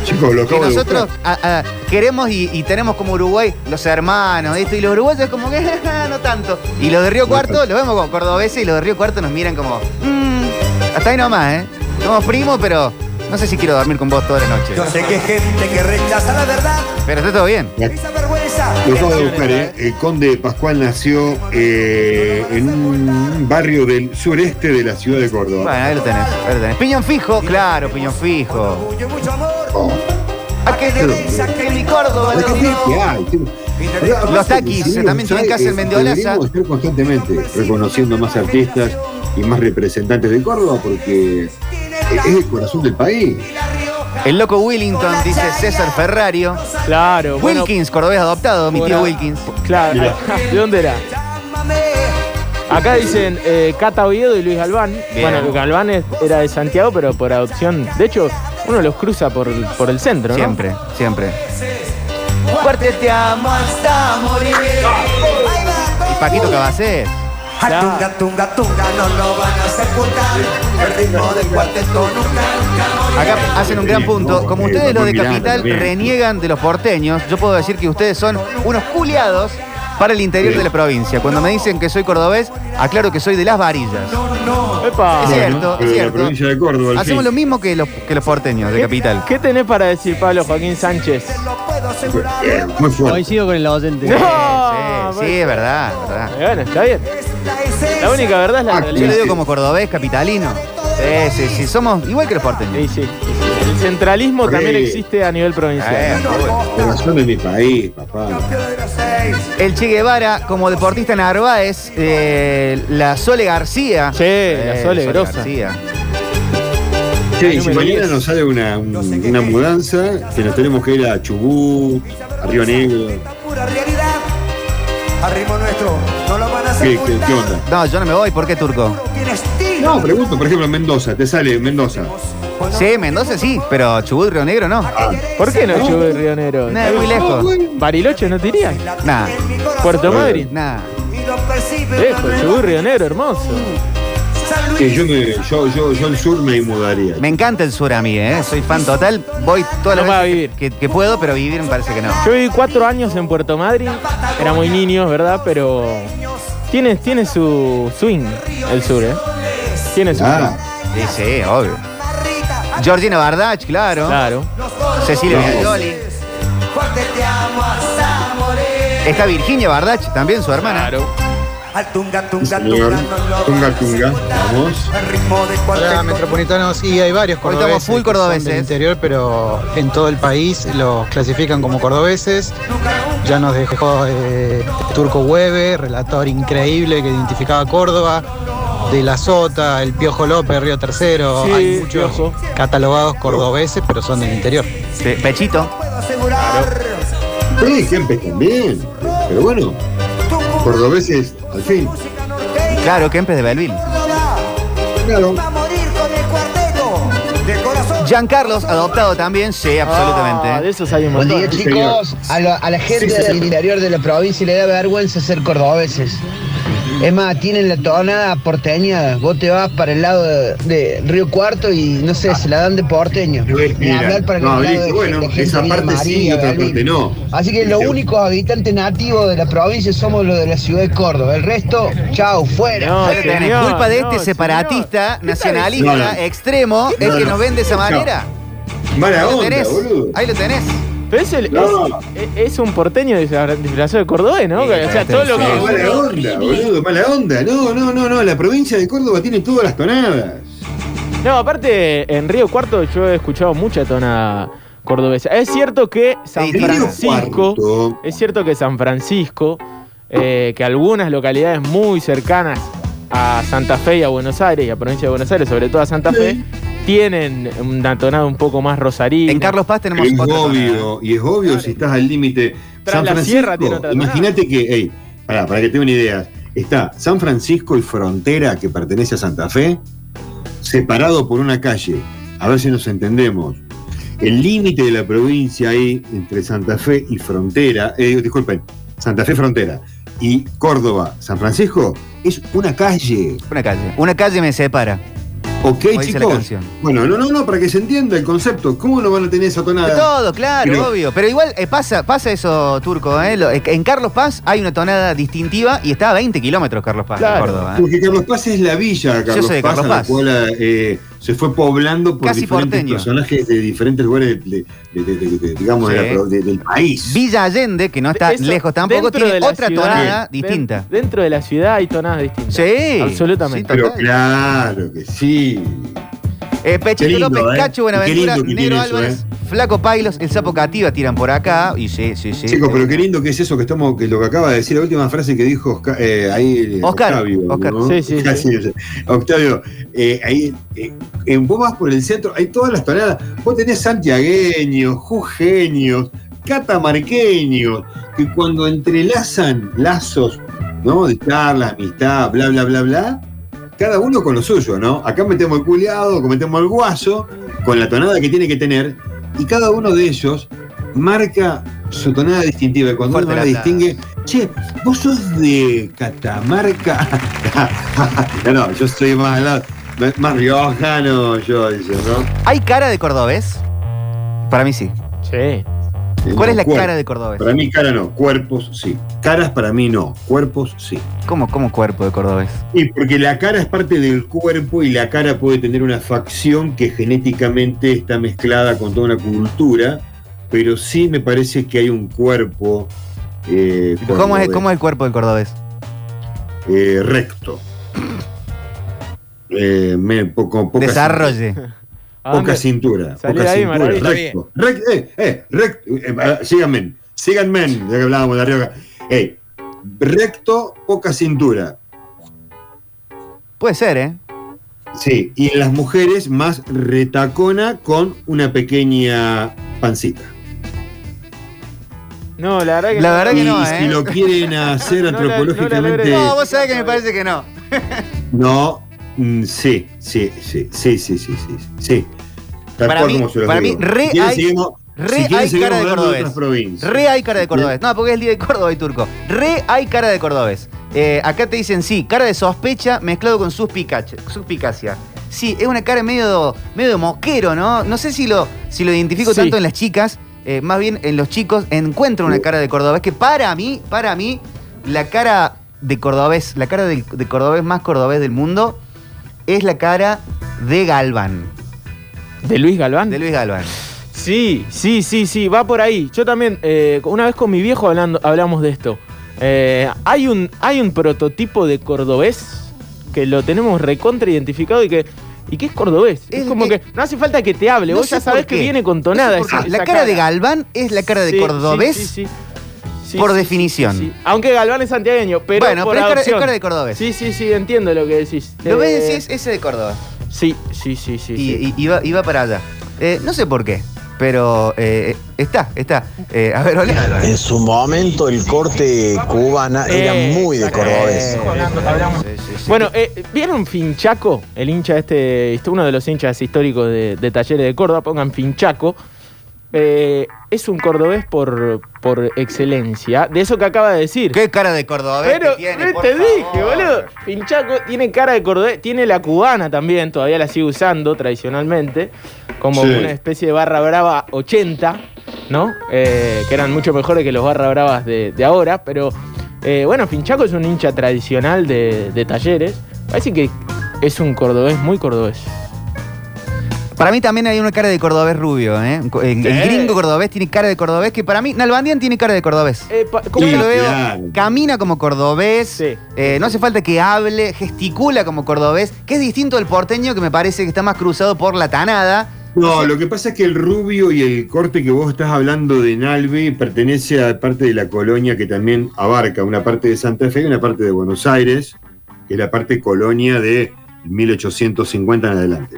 S3: Chicos, lo
S2: Que
S3: acabo de
S2: nosotros
S3: buscar.
S2: a- a- queremos y, y tenemos como Uruguay los hermanos, esto, y los uruguayos como que <laughs> ah, no tanto. Y los de Río Cuarto los vemos como cordobeses y los de Río Cuarto nos miran como, "Mm, hasta ahí nomás, ¿eh? Somos primos, pero no sé si quiero dormir con vos toda la noche.
S6: Yo sé que hay gente que rechaza la verdad.
S2: Pero está todo bien.
S6: Esa vergüenza.
S3: Lo acabo de buscar, ¿eh? El conde Pascual nació eh, en un barrio del sureste de la ciudad de Córdoba.
S2: Bueno, ahí lo tenés, ahí lo tenés. Piñón fijo, claro, piñón fijo.
S6: Orgullo y mucho amor.
S3: Oh,
S2: ¿A qué
S3: Pero-
S6: Piensa que mi Córdoba
S3: la
S6: lo
S3: cantidad que
S6: dio.
S3: hay, chico. Aparte,
S2: Los taquis, eh,
S3: sí,
S2: también tienen
S3: ¿sabes? Eh,
S2: casa en Mendiolaza.
S3: Deberíamos estar constantemente reconociendo más artistas y más representantes de Córdoba porque es el corazón del país.
S2: El loco Willington, dice César Ferrario.
S4: Claro. ¿eh? bueno,
S2: Wilkins, cordobés adoptado, mi tío
S4: Ahora-
S2: Wilkins.
S4: Claro,
S3: Mirá.
S4: ¿de dónde era? Acá dicen eh, Cata Oviedo y Luis Galván. Bueno, Galván es- era de Santiago, pero por adopción. De hecho, uno los cruza por, por el centro, ¿no?
S2: Siempre, siempre.
S6: Fuerte te amo hasta morir. Ahí va,
S2: Y Paquito Cabacés.
S6: Ah, Tunga, tunga, tunga, no lo van a sepultar. El ritmo del cuarteto nunca, nunca
S2: Acá hacen un gran punto. Como ustedes los de Capital
S3: Bien.
S2: reniegan de los porteños, yo puedo decir que ustedes son unos culiados para el interior
S3: Sí.
S2: de la provincia. Cuando me dicen que soy cordobés, aclaro que soy de las varillas.
S4: Epa.
S2: Es cierto, es
S3: pero de la
S2: cierto.
S3: provincia de Córdoba, al
S2: Hacemos
S3: fin.
S2: lo mismo que los, que los porteños de
S4: ¿Qué-
S2: Capital.
S4: ¿Qué tenés para decir, Pablo Joaquín Sánchez?
S3: Eh, muy fuerte.
S13: Coincido con el oyente.
S4: No.
S2: Sí, sí, es verdad, es verdad.
S4: Eh, Bueno, está bien. La única verdad es la
S3: Ah,
S2: Yo lo
S4: realidad.
S2: digo como cordobés, capitalino. Sí, sí, sí, somos igual que los porteños.
S4: Sí, sí, sí, sí. El centralismo
S3: Sí.
S4: también existe a nivel
S2: Eh,
S3: Ah,
S4: provincial.
S3: Corazón de mi país, papá.
S2: El Che Guevara, como deportista Narváez, eh, la Sole García.
S4: Sí, la
S2: Eh,
S4: Sole grosa.
S2: García.
S3: Che, y si
S4: número
S3: mañana
S4: 10.
S3: nos sale una, un- una mudanza, que nos tenemos que ir a Chubut, a Río Negro.
S6: pura realidad.
S13: al ritmo nuestro. No lo van a hacer.
S3: ¿Qué, qué, qué onda?
S2: No, yo no me voy. ¿Por qué turco?
S3: No, pregunto, por ejemplo, Mendoza. Te sale Mendoza.
S2: Sí, Mendoza sí, pero Chubut, Río Negro no.
S3: Ah,
S4: ¿Por qué no Chubut y Río Negro?
S2: No, es muy lejos.
S4: Bariloche no te iría.
S2: Nah.
S4: Puerto Madryn.
S2: Nah.
S4: Lejos, Chubut y Río Negro, hermoso.
S3: Eh, Que yo, me- yo, yo, yo al sur me mudaría.
S2: Me encanta el sur a mí, ¿eh? Soy fan total. Voy todas las veces que, que puedo, pero vivir me parece que no.
S4: Yo viví cuatro años en Puerto Madryn. Era muy niño, ¿verdad? Pero tiene, tiene su swing el sur, ¿eh? Tiene su
S2: Ah, sí, sí, obvio. Georgina Bardach, claro.
S4: Claro.
S2: Cecilia
S4: No.
S2: Viglioli. Está Virginia Bardach, también su hermana.
S4: Claro.
S13: Al tunga, tunga,
S3: Señor, tunga, tunga, vamos.
S14: Hola, metropolitanos, sí, hay varios
S2: Hoy
S14: cordobeses.
S2: estamos full
S14: que son
S2: cordobeses.
S14: del interior, pero en todo el país los clasifican como cordobeses. Ya nos dejó eh, Turco Hueve, relator increíble que identificaba a Córdoba. De La Sota, el Piojo López, Río Tercero.
S10: Oh,
S4: Sí,
S14: hay muchos catalogados cordobeses, pero son del interior.
S2: Pechito.
S3: Sí, siempre también. Pero bueno, cordobeses, al fin.
S2: Claro, Kempes de Belville.
S3: Claro.
S13: Va a morir con el cuarteto de corazón.
S2: Giancarlos, adoptado también, sí, absolutamente.
S4: Ah, de esos hay un
S9: Buen día chicos, a, la- a la gente
S2: Sí, señor.
S9: del interior de la provincia le da vergüenza ser cordobeses. Es más, tienen la tonada porteña, vos te vas para el lado de, de Río Cuarto y no sé, se la dan de porteño. Ni
S3: mira,
S9: hablar para
S3: no,
S9: el lado
S3: dice,
S9: de-
S3: bueno,
S9: de gente
S3: esa
S9: de Villa
S3: parte sí y
S9: María,
S3: otra
S9: Belville.
S3: parte no.
S9: Así que los
S3: Dice,
S9: únicos habitantes nativos de la provincia somos los de la ciudad de Córdoba. El resto, chao, fuera.
S4: No,
S2: Pero tenés
S4: señor,
S2: culpa de
S4: no,
S2: este separatista, nacionalista,
S9: diciendo?
S2: extremo,
S9: ¿Qué
S2: el
S9: tal?
S2: que nos vende de esa
S4: No.
S2: manera.
S3: Mala
S2: Ahí lo
S3: onda,
S2: tenés.
S3: boludo.
S2: Ahí lo tenés.
S4: Pero es, el-
S3: No.
S4: es- es un porteño disfra- disfrazado de cordobés, ¿no? o sea, todo lo que.
S3: No, mala onda, boludo, mala onda. No, no, no, no. La provincia de Córdoba tiene todas las tonadas.
S4: No, aparte, en Río Cuarto yo he escuchado mucha tonada cordobesa. Es cierto que San
S3: Río
S4: Francisco. Es cierto que San Francisco, eh, que algunas localidades muy cercanas a Santa Fe y a Buenos Aires, y a provincia de Buenos Aires, sobre todo a Santa Fe, tienen una tonada un poco más rosarina. En Carlos
S2: Paz
S3: Es obvio, y es obvio si estás al límite.
S4: Tras la sierra tiene otra tonada.
S3: Imagínate que, hey, para, para que tengan una idea, está San Francisco y Frontera, que pertenece a Santa Fe, separado por una calle. A ver si nos entendemos. El límite de la provincia ahí entre Santa Fe y Frontera, eh, disculpen, Santa Fe Frontera y Córdoba, San Francisco, es una calle.
S2: Una calle. Una calle me separa.
S3: Ok,
S2: Como dice la
S3: chicos.
S2: canción.
S3: Bueno, no, no, no, para que se entienda el concepto. ¿Cómo no van a tener esa tonada?
S2: De todo, claro,
S3: Ah. Pero-
S2: obvio. Pero igual eh, pasa, pasa eso, Turco. ¿eh? Lo- eh, En Carlos Paz hay una tonada distintiva y está a 20 kilómetros Carlos Paz, de Córdoba. ¿eh?
S3: Porque Carlos Paz es la villa, Carlos
S2: soy de
S3: Paz,
S2: Carlos
S3: a la
S2: Paz.
S3: cual eh, se fue poblando por
S2: Casi
S3: diferentes
S2: porteño.
S3: personajes de diferentes lugares, de- de- de- de- de- digamos,
S2: Sí.
S3: de la pro- de- del país.
S2: Villa Allende, que no está
S4: Eso,
S2: lejos tampoco,
S4: dentro
S2: tiene
S4: de la
S2: otra
S4: ciudad-
S2: tonada
S4: Bien.
S2: distinta.
S4: Den- Dentro de la ciudad hay tonadas distintas.
S2: Sí.
S4: Absolutamente.
S2: Sí,
S3: Pero
S2: total.
S3: claro que sí.
S2: Eh, Pechito
S3: Qué lindo,
S2: López,
S3: ¿eh?
S2: Cacho
S3: Qué
S2: Buenaventura,
S3: lindo que
S2: Negro
S3: tiene eso, eh.
S2: Álvarez, Flaco Pailos, el Sapo Cativa tiran por acá. Y sí, sí, eh. sí.
S3: Chicos, pero qué lindo que es eso que estamos, que lo que acaba de decir, la última frase que dijo Osca- eh, ahí eh,
S2: Oscar,
S3: Octavio.
S2: Oscar.
S3: ¿no?
S2: Sí, sí, sí.
S3: Casi, eh, Octavio, eh, ahí eh, eh, vos vas por el centro, hay todas las tonadas. Vos tenés santiagueños, jujeños, catamarqueños, que cuando entrelazan lazos, ¿no? De charla, amistad, bla, bla, bla, bla, cada uno con lo suyo, ¿no? Acá metemos el culiado, acá metemos el guaso, con la tonada que tiene que tener, y cada uno de ellos marca su tonada distintiva. Y cuando
S2: Fuerte
S3: uno la
S2: la tonada.
S3: distingue, che, vos sos de Catamarca. <laughs> no, no, yo soy más, al lado- más riojano, yo, dice, ¿no?
S2: ¿Hay cara de cordobés? Para mí sí.
S4: Sí.
S2: ¿Cuál es la
S3: Cuerpo.
S2: cara de cordobés?
S3: Para mí cara no, cuerpos sí. Caras para mí no, cuerpos sí.
S2: ¿Cómo, cómo cuerpo de cordobés?
S3: Y porque la cara es parte del cuerpo y la cara puede tener una facción que genéticamente está mezclada con toda una cultura, pero sí me parece que hay un cuerpo. eh,
S2: ¿Cómo es,
S3: cordobés,
S2: ¿Cómo es el cuerpo del cordobés?
S3: eh, recto. Eh, me- po- con poca
S2: Desarrolle.
S4: ¿A
S3: Poca
S4: dónde?
S3: cintura.
S4: Salí
S3: poca
S4: de ahí,
S3: cintura.
S4: maravilla.
S3: Recto. Rec- eh, eh, rec- eh, ah, síganme. Síganme. Ya que hablábamos de arriba. Ey, recto, poca cintura.
S2: Puede ser, ¿eh?
S3: Sí. Y en las mujeres más retacona con una pequeña pancita.
S4: Ah, No, la verdad que
S2: La
S4: no.
S2: verdad que
S3: y
S2: <laughs> no,
S3: si
S2: ¿eh?
S3: lo quieren hacer
S4: la-
S3: antropológicamente.
S2: No, vos sabés que me parece que no.
S3: No, mm, sí, sí, sí, sí, sí, sí, sí, sí. Tal
S2: Para
S3: cual
S2: mí,
S3: como se los
S2: para
S3: digo.
S2: mí, re
S3: Si quieren,
S2: hay,
S3: seguimos-
S2: re
S3: si quieren,
S2: hay
S3: seguimos
S2: cara de
S3: hablando
S2: cordobés.
S3: otras provincias.
S2: Re hay cara de cordobés. No, porque es el día de Córdoba y turco. Re hay cara de cordobés. Eh, acá te dicen sí, cara de sospecha mezclado con suspicacia. suspicacia. Sí, es una cara medio, medio moquero, ¿no? No sé si lo, si lo identifico
S4: Sí.
S2: tanto en las chicas, eh, más bien en los chicos encuentro una cara de cordobés que para mí, para mí, la cara de cordobés, la cara del- de, cordobés más cordobés del mundo es la cara de Galván.
S4: ¿De Luis Galván?
S2: De Luis Galván.
S4: Sí, sí, sí, sí, va por ahí. Yo también, eh, una vez con mi viejo hablando, hablamos de esto. Eh, hay, un, hay un prototipo de cordobés que lo tenemos recontra identificado y que, y que es cordobés. Es, como que no hace falta que te hable,
S2: No
S4: vos ya
S2: sé por
S4: sabés que
S2: qué.
S4: viene con
S2: No sé
S4: tonada.
S2: por
S4: esa-
S2: qué. la
S4: esa
S2: cara, de Galván es la cara de
S4: Sí, sí,
S2: cordobés
S4: sí, sí. Sí,
S2: por
S4: sí, sí,
S2: definición.
S4: sí, sí. Aunque Galván es santiagueño, pero.
S2: Bueno,
S4: por
S2: pero es cara- es
S4: adopción.
S2: cara de cordobés.
S4: Sí, sí, sí, entiendo lo que decís.
S2: Lo ves y
S4: Eh,
S2: decís, ese de Córdoba.
S4: Sí, sí, sí, sí.
S2: Y, y- y va, y va para allá. Eh, no sé por qué, pero eh, está, está. Eh, a ver, olé.
S15: En su momento el corte cubana era
S4: Eh,
S15: muy de cordobés.
S4: Bueno, eh, ¿vieron Finchaco? El hincha este, este- uno de los hinchas históricos de, de Talleres de Córdoba, pongan Finchaco. Eh, es un cordobés por, por excelencia. De eso que acaba de decir.
S2: ¿Qué cara de cordobés
S4: Pero
S2: que tiene,
S4: eh,
S2: por
S4: te
S2: favor?
S4: dije, boludo. Finchaco tiene cara de cordobés. Tiene la cubana también, todavía la sigue usando tradicionalmente. Como
S16: Sí.
S4: una especie de barra brava 80, ¿no? Eh, que eran mucho mejores que los barra bravas de, de ahora. Pero eh, bueno, Finchaco es un hincha tradicional de, de talleres. Parece que es un cordobés, muy cordobés.
S2: Para mí también hay una cara de cordobés rubio, ¿eh? El, el
S4: Sí.
S2: gringo cordobés tiene cara de cordobés que para mí, Nalbandian tiene cara de cordobés.
S4: Eh, pa-
S2: Yo
S4: ¿cómo
S2: lo
S4: lo-
S2: veo,
S4: Claro.
S2: camina como cordobés, eh, no hace falta que hable, gesticula como cordobés, que es distinto del porteño que me parece que está más cruzado por la tanada.
S3: No, lo que pasa es que el rubio y el corte que vos estás hablando de Nalve pertenece a parte de la colonia que también abarca una parte de Santa Fe y una parte de Buenos Aires, que es la parte colonia de 1850 en adelante.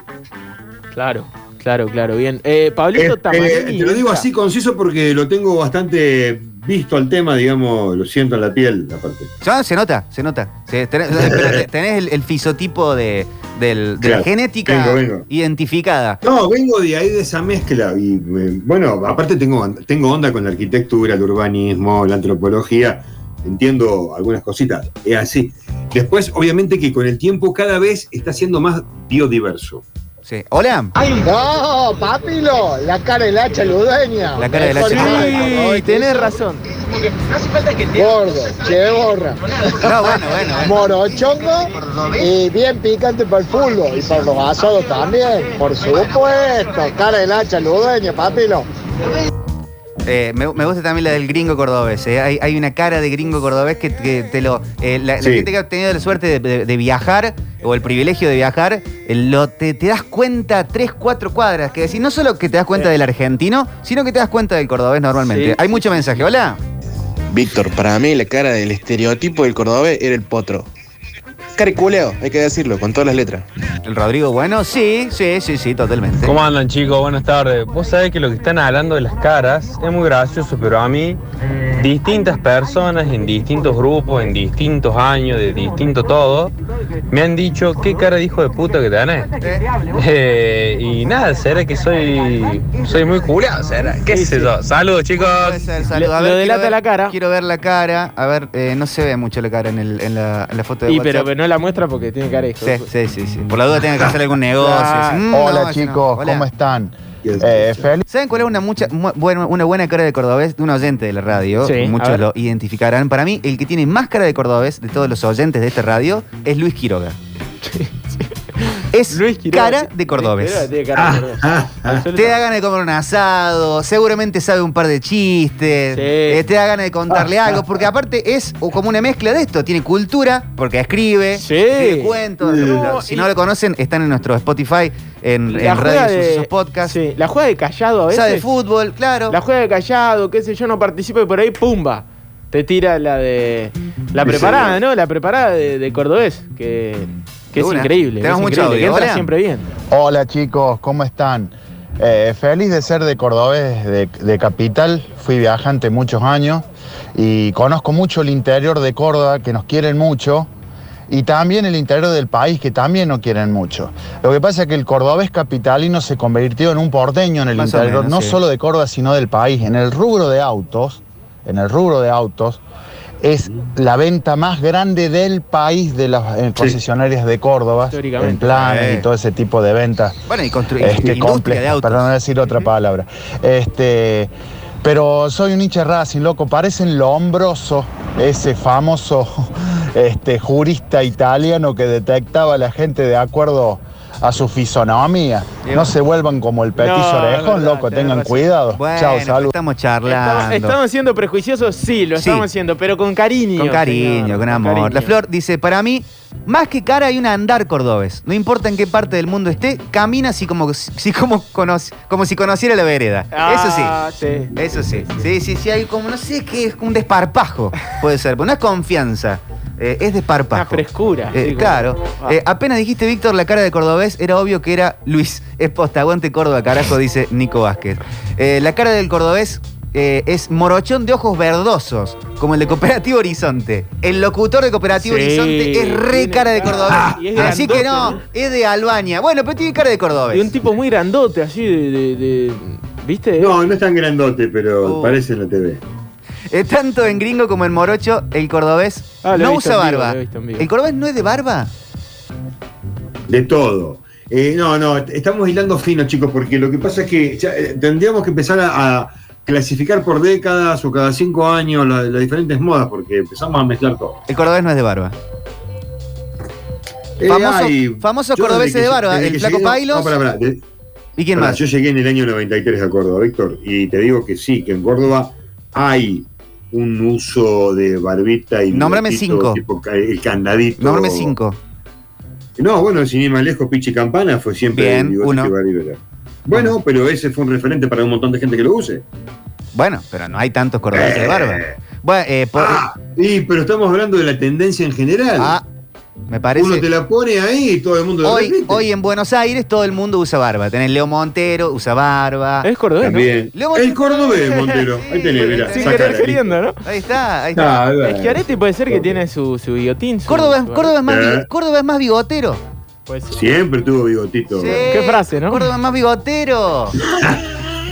S4: Claro, claro, claro, bien. Eh, Pablito
S3: Eh, eh,
S4: Tamanini,
S3: te lo digo
S4: hincha.
S3: así conciso porque lo tengo bastante visto al tema, digamos, lo siento en la piel, aparte.
S2: Ya, se nota, se nota. Se- tenés, <laughs> pero te- tenés el, el fisotipo de, del- de la
S3: Claro.
S2: genética
S3: Vengo, vengo.
S2: identificada.
S3: No, vengo de ahí de esa mezcla. Y eh, bueno, aparte tengo, tengo onda con la arquitectura, el urbanismo, la antropología. Entiendo algunas cositas. Es así. Después, obviamente, que con el tiempo cada vez está siendo más biodiverso.
S2: Sí. Hola.
S17: No, papilo, la cara del hacha ludeña.
S2: La cara del
S17: Mejor
S2: hacha
S17: cara
S2: ludeña.
S17: de Córdoba.
S4: Sí, tenés razón.
S17: Gordo, che borra.
S2: No, bueno, bueno.
S17: Morochongo y bien picante para el fútbol y para los asados también. Por supuesto, cara del hacha ludeña, papilo.
S2: Eh, me, me gusta también la del gringo cordobés. eh. Hay, hay una cara de gringo cordobés que, que te lo. eh, la, la
S3: Sí.
S2: gente que ha tenido la suerte de, de- de viajar o el privilegio de viajar, eh, lo, te, te das cuenta tres, cuatro cuadras. Que decir, no solo que te das cuenta del argentino, sino que te das cuenta del cordobés normalmente.
S18: Sí.
S2: Hay mucho mensaje. Hola.
S18: Víctor, para mí la cara del estereotipo del cordobés era el potro. Cariculeo, hay que decirlo, con todas las letras.
S2: El Rodrigo Bueno, sí, sí, sí, sí, totalmente.
S19: ¿Cómo andan chicos? Buenas tardes. Vos sabés que lo que están hablando de las caras es muy gracioso, pero a mí distintas personas en distintos grupos, en distintos años, de distinto todo, me han dicho qué cara de hijo de puta que tenés. Eh, y nada, será que soy soy muy culiado, será. ¿Qué sé yo? Saludos chicos.
S2: Saludo. A ver,
S4: lo
S2: quiero
S4: delata
S2: ver-
S4: la cara.
S2: Quiero ver la cara. A ver, eh, no se ve mucho la cara en, el- en la, en la foto de
S4: Y
S2: WhatsApp.
S4: pero, pero no la muestra porque tiene cara de hijo.
S2: Sí, sí, sí, sí. Por la duda
S4: <laughs>
S2: tenga que hacer algún negocio.
S4: Ah,
S2: Mm,
S4: hola,
S2: no, ese no.
S4: chicos,
S2: Hola.
S4: ¿cómo Eh,
S19: están?
S16: Eh,
S3: <laughs>
S2: ¿Saben cuál es una, mucha, mu- bueno, una buena cara de cordobés? De un oyente de la radio.
S4: Sí, a
S2: Muchos
S4: ver.
S2: lo identificarán. Para mí, el que tiene más cara de cordobés de todos los oyentes de esta radio es Luis Quiroga. Es cara de cordobés.
S4: Tiene cara
S3: Ah.
S4: de cordobés.
S2: Te da ganas de comer un asado, seguramente sabe un par de chistes, eh, te da ganas de contarle
S4: Ah, <laughs>
S2: algo, porque aparte es o como una mezcla de esto, tiene cultura, porque escribe,
S4: Sí.
S2: escribe cuentos,
S4: Sí.
S2: lo- si no lo conocen, están en nuestro Spotify, en,
S4: La juega
S2: en Radio
S4: de-
S2: Sucesos Podcast.
S4: Sí, la juega de callado a veces.
S2: Sabe fútbol, claro.
S4: La juega de callado, qué sé yo, no participo y por ahí, pumba. Te tira la de. La
S2: Sí,
S4: preparada,
S2: señor.
S4: ¿no? La preparada de, de Cordobés, que, que
S2: De
S4: es
S2: una.
S4: increíble.
S2: Tenemos
S4: es
S2: mucho
S4: increíble,
S2: audio,
S4: que entra
S2: hola.
S4: siempre bien.
S19: Hola chicos, ¿cómo están?
S16: Eh, feliz de ser de cordobés, de, de capital. Fui viajante muchos años y conozco mucho el interior de Córdoba, que nos quieren mucho, y también el interior del país, que también nos quieren mucho. Lo que pasa es que el cordobés capitalino se convirtió en un porteño en el
S2: Más o
S16: interior,
S2: menos,
S16: no
S2: sí.
S16: solo de Córdoba, sino del país. En el rubro de autos, en el rubro de autos, es la venta más grande del país de las eh, concesionarias de Córdoba,
S2: Históricamente.
S16: en planes
S2: Eh.
S16: y todo ese tipo de ventas.
S2: Bueno, y construir
S16: Este,
S2: industria de
S16: complejo,
S2: autos.
S16: perdón decir otra palabra. Este, pero soy un hincha de Racing, loco, parecen lo hombroso, ese famoso <laughs> este, jurista italiano que detectaba a la gente de acuerdo a su fisonomía. No se vuelvan como el petiso
S4: No, es
S16: orejón,
S4: verdad,
S16: loco,
S4: tenés
S16: tengan
S4: razón.
S16: cuidado.
S4: Bueno,
S16: Chao,
S4: pero
S16: saludos.
S2: pues Estamos charlando.
S4: ¿Estamos siendo prejuiciosos? Sí, lo
S2: Sí.
S4: estamos haciendo, pero con cariño.
S2: Con cariño,
S4: señor,
S2: con amor.
S4: cariño.
S2: La Flor dice, para mí, más que cara hay un andar cordobés. No importa en qué parte del mundo esté, camina así como, si como, conoce- como si conociera la vereda.
S4: Ah,
S2: Eso sí. Eso sí. Sí, sí, sí, hay como, no sé qué, es como un desparpajo, puede ser. Pero no es confianza, eh, es desparpajo. Una
S4: frescura.
S2: Eh,
S4: sí, como-
S2: claro.
S4: Ah.
S2: Eh, apenas dijiste, Víctor, la cara de cordobés, era obvio que era Luis. Es posta, aguante Córdoba, carajo, dice Nico Vázquez. Eh, la cara del cordobés eh, es morochón de ojos verdosos, como el de Cooperativo Horizonte. El locutor de Cooperativo
S4: Sí.
S2: Horizonte es re
S4: Tiene
S2: cara de
S4: cara. Ah,
S2: cordobés.
S4: Y es
S2: Así
S4: grandote,
S2: que no,
S4: ¿no?
S2: es de Albania. Bueno, pero tiene cara de cordobés.
S4: De un tipo muy grandote, así de. de- de- ¿Viste?
S3: No, no es tan grandote, pero
S2: Oh.
S3: parece en la TV.
S2: Eh, tanto en gringo como en morocho, el cordobés
S4: Ah, lo he
S2: no
S4: visto
S2: usa
S4: en vivo,
S2: barba.
S4: lo he visto en vivo.
S2: ¿El cordobés no es de barba?
S3: De todo. Eh, no, no, estamos hilando fino, chicos, porque lo que pasa es que ya, eh, tendríamos que empezar a, a clasificar por décadas o cada cinco años la- las diferentes modas, porque empezamos a mezclar todo.
S2: El cordobés no es de barba.
S3: Eh,
S2: Famoso-
S3: hay-
S2: famosos
S3: yo
S2: cordobeses
S3: desde que-
S2: de barba,
S3: desde
S2: el
S3: que
S2: flaco
S3: llegué-
S2: Pailos.
S3: no, pará, pará, de-
S2: ¿Y quién
S3: pará,
S2: más?
S3: Yo llegué en el año 93 a Córdoba, Víctor, y te digo que sí, que en Córdoba hay un uso de barbita y
S2: Nómbrame
S3: bigotito,
S2: cinco.
S3: tipo ca- el candadito.
S2: Nombre 5.
S3: No, bueno, sin ir más lejos, Pichi Campana fue siempre
S2: Bien,
S3: el bigotito
S2: uno.
S3: y barbita. Bueno, pero ese fue un referente para un montón de gente que lo use.
S2: Bueno, pero no hay tantos cordobeses
S3: Eh.
S2: de barba. Bueno, eh, por-
S3: Ah, Y pero estamos hablando de la tendencia en general.
S2: Ah, me parece.
S3: Uno te la pone ahí y todo el mundo la
S2: Hoy,
S3: repite.
S2: hoy en Buenos Aires todo el mundo usa barba. Tenés Leo Montero, usa barba.
S4: Es cordobés, ¿no?
S3: También.
S2: Leo
S3: El cordobés, Montero. Ahí tenés, mirá.
S4: Sin
S3: sacala,
S4: querer
S3: listo.
S4: queriendo, ¿no?
S2: Ahí está, ahí
S3: Ah,
S2: está.
S3: es verdad.
S4: Schiaretti puede ser que tiene su, su guillotín. su-
S2: Córdoba, es-
S4: su- pues,
S2: Córdoba es más,
S3: Eh.
S2: bi- Córdoba es más bigotero.
S3: Siempre tuvo bigotito.
S2: Sí,
S3: ¿verdad?
S4: frase, no?
S2: Córdoba es más bigotero.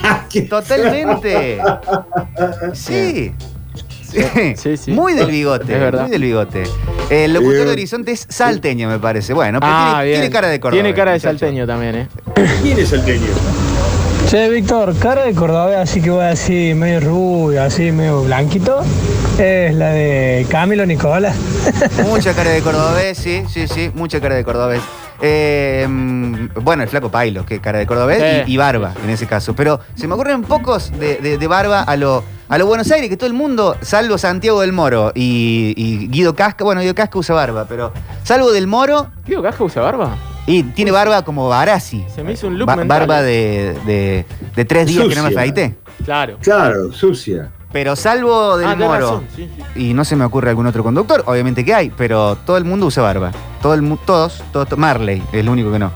S3: Ah,
S2: Totalmente. Sí. Sí. Muy del bigote,
S4: Es verdad.
S2: muy del bigote. El locutor
S4: Bien.
S2: de Horizonte es salteño, me parece. Bueno, pero
S4: Ah,
S2: tiene,
S4: bien.
S2: tiene cara de cordobés.
S4: Tiene cara de
S2: muchacho.
S4: salteño también, ¿eh?
S3: ¿Quién es salteño?
S20: Che, Víctor, cara de cordobés, así que voy así medio rubio, así medio blanquito, es la de Camilo Nicola.
S2: Mucha cara de cordobés, sí, sí, sí, mucha cara de cordobés. Eh, mm, bueno, el flaco Pailo, que cara de cordobés y-
S4: Sí.
S2: y, barba en ese caso. Pero se me ocurren pocos de, de- de barba a lo, a lo Buenos Aires, que todo el mundo, salvo Santiago del Moro y, y Guido Casca, bueno, Guido Casca usa barba, pero salvo del Moro.
S4: ¿Guido Casca usa barba?
S2: Y tiene barba como Barassi.
S4: Se me hizo un look
S2: Ba-
S4: mental. eh.
S2: barba de, de- de tres días que no me
S3: Sucia.
S2: afeité.
S4: Claro.
S3: Claro, sucia.
S2: Pero salvo del
S4: Ah, tenés
S2: Moro.
S4: razón, sí, sí.
S2: Y no se me ocurre algún otro conductor, obviamente que hay, pero todo el mundo usa barba. Todo el mu- todos, todos, to- Marley es lo único que no.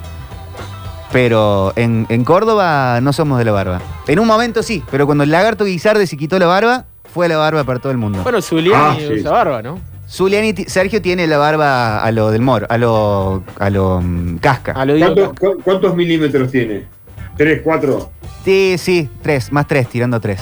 S2: Pero en, en Córdoba no somos de la barba. En un momento sí, pero cuando el lagarto Guisarde se quitó la barba, fue la barba para todo el mundo.
S4: Bueno, Zuliani
S2: Ah, sí.
S4: usa barba, ¿no?
S2: Zuliani ti- Sergio tiene la barba a lo del moro, a lo, a lo mm, casca.
S4: Ah,
S3: ¿Cuántos, cu- cuántos milímetros tiene? ¿Tres, cuatro?
S2: Sí, sí, tres, más tres, tirando tres.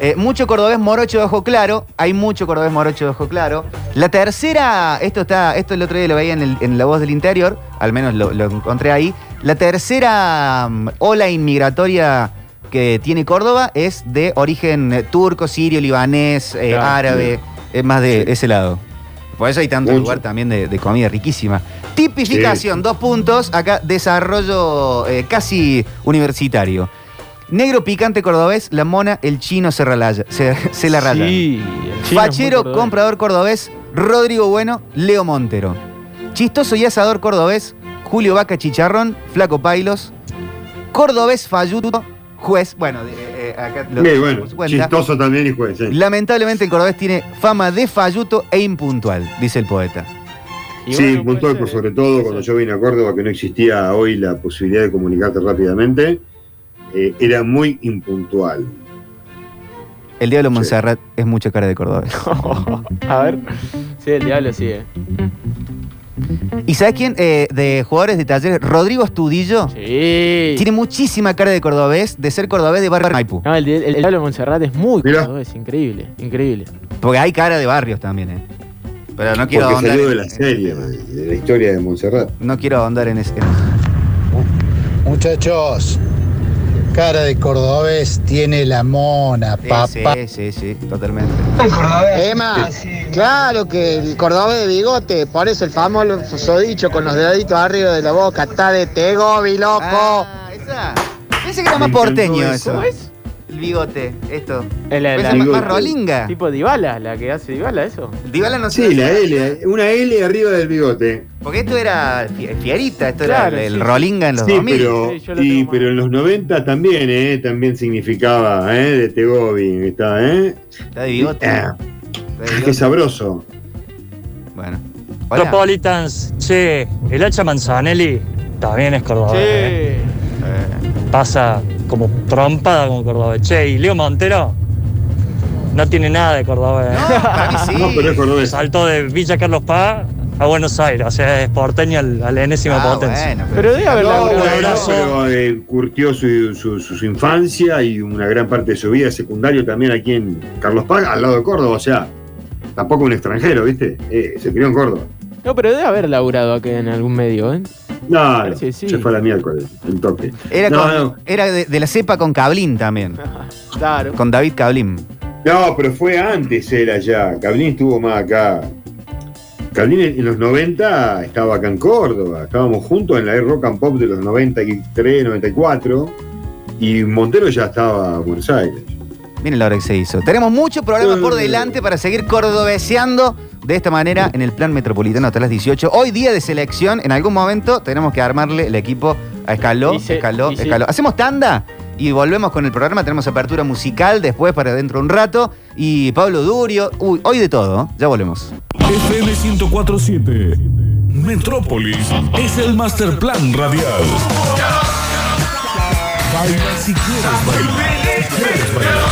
S2: Eh, mucho cordobés morocho de ojo claro, hay mucho cordobés morocho de ojo claro. La tercera, esto está, esto el otro día lo veía en, el- en La Voz del Interior, al menos lo, lo encontré ahí. La tercera mm, ola inmigratoria que tiene Córdoba es de origen eh, turco, sirio, libanés, eh,
S4: Claro.
S2: árabe, es más de ese lado. Por eso hay tanto
S4: Mucho.
S2: lugar también de, de comida riquísima. Tipificación, dos puntos. Acá desarrollo eh, casi universitario. Negro picante cordobés, la mona, el chino se, relaya- se, se la raya.
S4: Sí, el chino es muy
S2: Fachero,
S4: cordobés.
S2: comprador cordobés, Rodrigo Bueno, Leo Montero. Chistoso y asador cordobés, Julio Vaca Chicharrón, Flaco Pailos. Cordobés falluto, juez. Bueno, de- eh, eh, acá lo
S3: Bien,
S2: por su
S3: bueno,
S2: cuenta.
S3: chistoso también y juez. sí.
S2: Lamentablemente el cordobés tiene fama de falluto e impuntual, dice el poeta.
S3: Sí,
S4: pues,
S3: puntual, por sobre todo cuando yo vine a Córdoba, que no existía hoy la posibilidad de comunicarte rápidamente. eh, era muy impuntual.
S2: El diablo Montserrat es mucha cara de
S3: <laughs>
S2: Córdoba.
S4: eh, A ver. Sí, el diablo sigue.
S2: ¿Y sabes quién? eh, de jugadores de talleres, Rodrigo Estudillo. Tiene muchísima cara de cordobés, de ser cordobés de barrio Maipú.
S4: No, el, el- el Diablo Montserrat es muy cordobés, increíble, increíble.
S2: Porque hay cara de barrios también, ¿eh? Pero no quiero
S3: Porque
S2: ahondar.
S3: salió de
S2: En, este
S3: la serie, man, de la historia de Montserrat.
S2: no quiero ahondar en ese.
S14: Muchachos, cara de cordobés tiene la mona, papá.
S2: Eh, Sí, sí, sí, sí, totalmente.
S17: Emma, claro que el cordobés de bigote, por eso el famoso dicho con los deditos arriba de la boca, está de Tegobi, loco.
S2: Ah, esa. Pensé que era más
S17: Me encantó
S2: porteño
S17: eso.
S2: eso.
S17: ¿Cómo
S4: es?
S2: El bigote, esto.
S4: Es la,
S2: Esa más- más rolinga.
S4: Tipo Dybala, la que hace Dybala, eso.
S2: Dybala no
S3: Sí, la L, una L arriba del bigote.
S2: Porque esto era fie- fierita, esto
S4: Claro,
S2: era el,
S4: sí.
S2: el rolinga en los
S3: Sí,
S2: 2000.
S3: pero, sí, pero en los 90 también, ¿eh? También significaba, ¿eh? De Tegobi, está, ¿eh?
S2: Está de bigote.
S3: Ah,
S2: de bigote.
S3: Qué <laughs> sabroso.
S2: Bueno.
S21: Metropolitans, che, el hacha Manzanelli también es cordobés. eh. Pasa como trompada como cordobés. Che, y Leo Montero no tiene nada de cordobés. No,
S3: <laughs> pero es cordobés.
S21: Saltó de Villa Carlos Paz a Buenos Aires, o sea, es porteño al, al
S2: Ah,
S21: enésima potencia.
S3: No,
S21: Un
S3: bueno,
S21: abrazo.
S3: pero, eh, curtió su, su- su- su infancia y una gran parte de su vida secundario también aquí en Carlos Paz, al lado de Córdoba, o sea, tampoco un extranjero, ¿viste? Eh, se crió en Córdoba.
S4: No, pero debe haber laburado acá en algún medio, ¿eh?
S3: No, no,
S4: Sí, sí.
S3: se fue a la miércoles, el toque.
S2: Era,
S3: no,
S2: con-
S3: no.
S2: era de, de la cepa con Cablín también.
S4: Claro.
S2: Con David Cablín.
S3: No, pero fue antes él allá. Cablín estuvo más acá. Cablín en en los 90 estaba acá en Córdoba. Estábamos juntos en la Rock and Pop de los 93, 94. Y Montero ya estaba en Buenos Aires.
S2: Miren la hora que se hizo. Tenemos muchos programas por delante para seguir cordobeseando de esta manera en el plan metropolitano hasta las 18. Hoy día de selección, en algún momento tenemos que armarle el equipo a Escaló, Escaló,
S4: y sí.
S2: Escaló. Hacemos tanda y volvemos con el programa. Tenemos apertura musical después para dentro de un rato. Y Pablo Durio, uy, hoy de todo. ¿eh? Ya volvemos.
S1: FM 1047. Metrópolis es el master plan radial. Baila si quieres bailar. Quieres bailar.